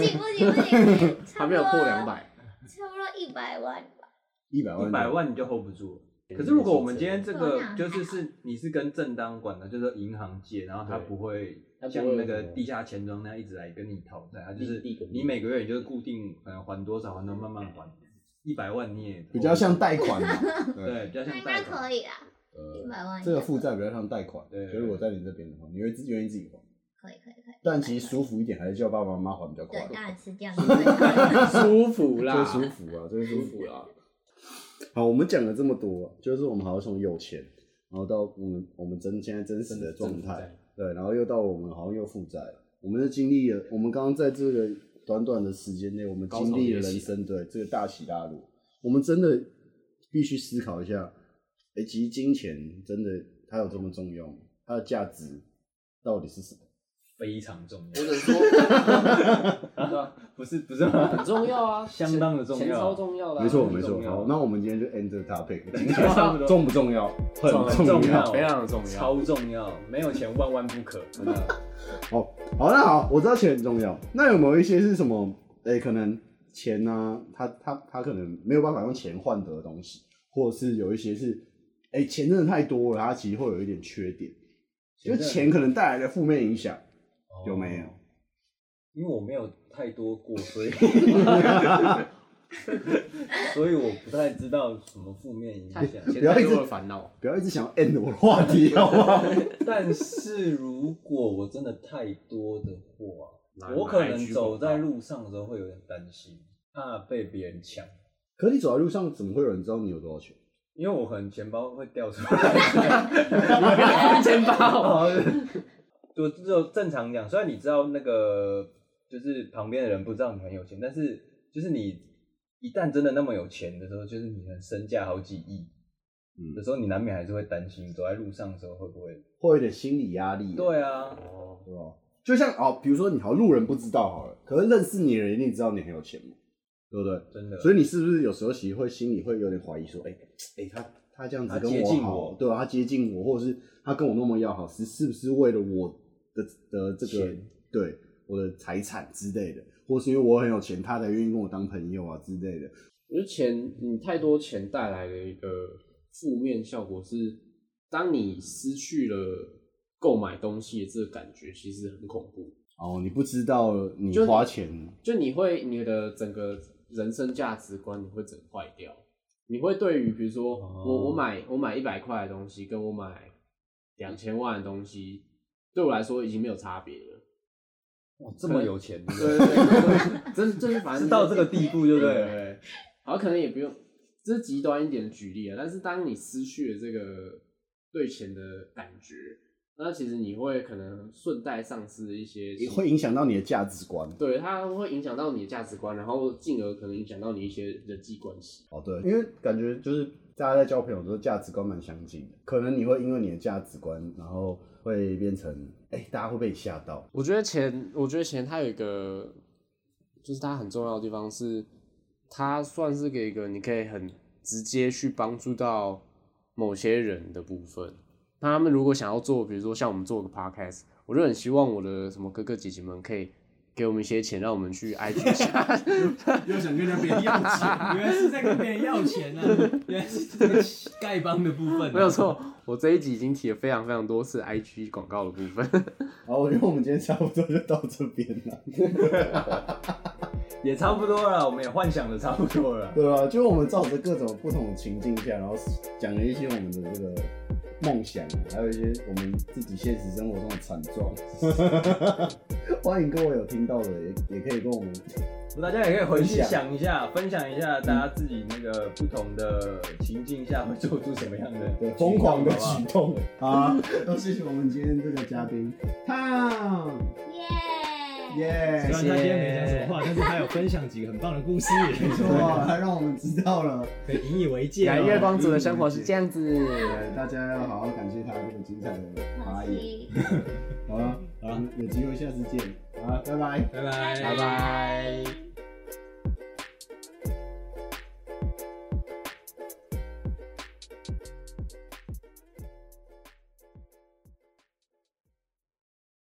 Speaker 4: 行不行不行，差
Speaker 2: 还
Speaker 4: 不
Speaker 2: 没有
Speaker 4: 多
Speaker 2: 破两，百，
Speaker 4: 差不多一百万吧。
Speaker 1: 一百万，
Speaker 3: 一百万你就 hold 不住。可是如果我们今天这个就是是你是跟正当管的，就是银行借，然后他
Speaker 2: 对
Speaker 3: 不会
Speaker 2: 它不会
Speaker 3: 像那个
Speaker 2: 有什么
Speaker 3: 地下钱庄那样一直来跟你讨债，他就是
Speaker 2: 地地滚
Speaker 3: 你每个月你就是固定可能还多少，还能慢慢还，一百万你也
Speaker 1: 比较像贷款嘛。
Speaker 3: 对，比较
Speaker 4: 那
Speaker 3: 像
Speaker 4: 应
Speaker 3: 贷
Speaker 4: 该
Speaker 3: 款
Speaker 4: 可。以啦，一
Speaker 1: 呃，
Speaker 4: 百万应该可以。
Speaker 1: 这个负债比较像贷款，
Speaker 3: 对
Speaker 1: 就是我在你这边的话，你会自愿意自己还，
Speaker 4: 可以可以可以，
Speaker 1: 但其实舒服一点还是叫爸爸妈妈还比较快
Speaker 4: 对，，当然是这 样。啊
Speaker 2: 舒服啦，
Speaker 1: 最舒服啊，最舒
Speaker 2: 舒
Speaker 1: 服。
Speaker 2: 服啦。
Speaker 1: 好，我们讲了这么多，就是我们好像从有钱，然后到我们我们真现在真实的状态，对，然后又到我们好像又负债了，我们是经历了，我们刚刚在这个短短的时间内，我们
Speaker 2: 高潮
Speaker 1: 经历了
Speaker 2: 迭起
Speaker 1: 人生对这个大起大落，我们真的必须思考一下，哎、其实金钱真的它有这么重要吗？它的价值到底是什么？
Speaker 3: 非常重
Speaker 2: 我
Speaker 3: 要，
Speaker 2: 只能说
Speaker 3: 是吧？不是不是吗？
Speaker 2: 很重要啊，
Speaker 3: 相当的重要
Speaker 2: 钱超重要的啊，
Speaker 1: 没错，
Speaker 3: 很
Speaker 1: 没错。
Speaker 3: 重要
Speaker 1: 好，那我们今天就 end 这个 topic，金
Speaker 3: 差不
Speaker 1: 钱
Speaker 3: 多
Speaker 1: 重不重要？很
Speaker 3: 很重要
Speaker 2: 非常重要。
Speaker 3: 超重要，没有钱万万不可，真 的。
Speaker 1: 哦，好，那好，我知道钱很重要。那有没有一些是什么？哎、可能钱呢、啊他他他可能没有办法用钱换得的东西，或者是有一些是，哎、钱真的太多了，它其实会有一点缺点，就
Speaker 3: 真的
Speaker 1: 钱可能带来的负面影响
Speaker 3: 哦
Speaker 1: 有没有？
Speaker 3: 因为我没有太多过， 所以所以我不太知道什么负面影响。
Speaker 2: 钱
Speaker 1: 不要
Speaker 2: 太
Speaker 1: 一直
Speaker 2: 多了烦恼，
Speaker 1: 不要一直想要 end 我的话题，好不 好？
Speaker 3: 但是如果我真的太多的话，
Speaker 2: 哪
Speaker 3: 我可能
Speaker 2: 哪一区
Speaker 3: 走
Speaker 2: 广告
Speaker 3: 在路上的时候会有点担心，怕被别人抢，
Speaker 1: 可是你走在路上，怎么会有人知道你有多少钱？
Speaker 3: 因为我可能钱包会掉出来。
Speaker 2: 你不要看钱包。
Speaker 3: 好，就就正常讲，虽然你知道那个就是旁边的人不知道你很有钱，但是就是你一旦真的那么有钱的时候，就是你的身价好几亿。
Speaker 1: 嗯
Speaker 3: 有时候你难免还是会担心，走在路上的时候会不会？
Speaker 1: 会有点心理压力，
Speaker 3: 对啊，
Speaker 2: 哦，
Speaker 1: 对吧？就像哦，比如说你好路人不知道好了，可是认识你的人一定知道你很有钱嘛，对不对？啊
Speaker 3: 真的。
Speaker 1: 所以你是不是有时候其实会心里会有点怀疑，说，哎、哎、他他这样子
Speaker 3: 他
Speaker 1: 跟
Speaker 3: 接
Speaker 1: 我
Speaker 3: 近
Speaker 1: 好，
Speaker 3: 我
Speaker 1: 对啊，他接近我，或者是他跟我那么要好，是是不是为了我的的这个
Speaker 2: 钱
Speaker 1: 对我的财产之类的，或是因为我很有钱，他才愿意跟我当朋友啊之类的。
Speaker 2: 我觉得钱，你太多钱带来的一个负面效果是，当你失去了购买东西的这个感觉，其实很恐怖。
Speaker 1: 哦，你不知道你
Speaker 2: 就你
Speaker 1: 花钱，
Speaker 2: 就你会你的整个人生价值观，你会整个坏掉。你会对于比如说
Speaker 3: 哦
Speaker 2: 我我买我买一百块的东西，跟我买两千万的东西，对我来说已经没有差别了。
Speaker 3: 哇，这么有钱，
Speaker 2: 对对对，真就是反正
Speaker 3: 是到这个地步，对不对？
Speaker 2: 对，好，可能也不用，这是极端一点的举例啊。但是当你失去了这个对钱的感觉，那其实你会可能顺带丧失一些
Speaker 1: 也会影响到你的价值观。
Speaker 2: 对，它会影响到你的价值观，然后进而可能影响到你一些人际关系。
Speaker 1: 哦，对，因为感觉就是大家在交朋友的时候价值观蛮相近的，可能你会因为你的价值观，然后会变成，哎、大家会被你吓到。
Speaker 2: 我觉得钱，我觉得钱它有一个，就是它很重要的地方是，它算是给一个你可以很直接去帮助到某些人的部分。那他们如果想要做，比如说像我们做个 podcast，我就很希望我的什么哥哥姐姐们可以给我们一些钱，让我们去 IG 下。
Speaker 3: 又想跟别人要钱，原来是在跟别人要钱 啊！原来是这个丐帮的部分、
Speaker 2: 没有。错，我这一集已经提了非常非常多次 IG 广告的部分。
Speaker 1: 好，我觉得我们今天差不多就到这边了。
Speaker 3: 也差不多了，我们也幻想的差不多了。
Speaker 1: 对啊，就我们照着各种不同的情境下，然后讲了一些我们的这个梦想，啊还有一些我们自己现实生活中的惨状。 欢迎各位有听到的，也也可以跟我们
Speaker 3: 大家也可以回去
Speaker 1: 分享
Speaker 3: 想一下，分享一下大家自己那个不同的情境下会做出什么样的
Speaker 1: 对
Speaker 3: 举动
Speaker 1: 疯狂的
Speaker 3: 好不 好
Speaker 1: 举动。好啊，那谢谢我们今天这个嘉宾 Tom。
Speaker 4: 耶！
Speaker 1: 耶
Speaker 3: 虽然他今天没讲什么话，但是他有分享几个很棒的 故事，没
Speaker 1: 没错，他让我们知道了。
Speaker 3: 可以引以为戒、哦。
Speaker 2: 感月光族的生活是这样子。
Speaker 1: 对，大家要好好感谢他这么精彩的发
Speaker 4: 可
Speaker 1: 言。啊
Speaker 4: 惜。
Speaker 1: 好了，好了，有机会下次见。好啦，拜拜。
Speaker 3: 拜拜。
Speaker 2: 拜拜。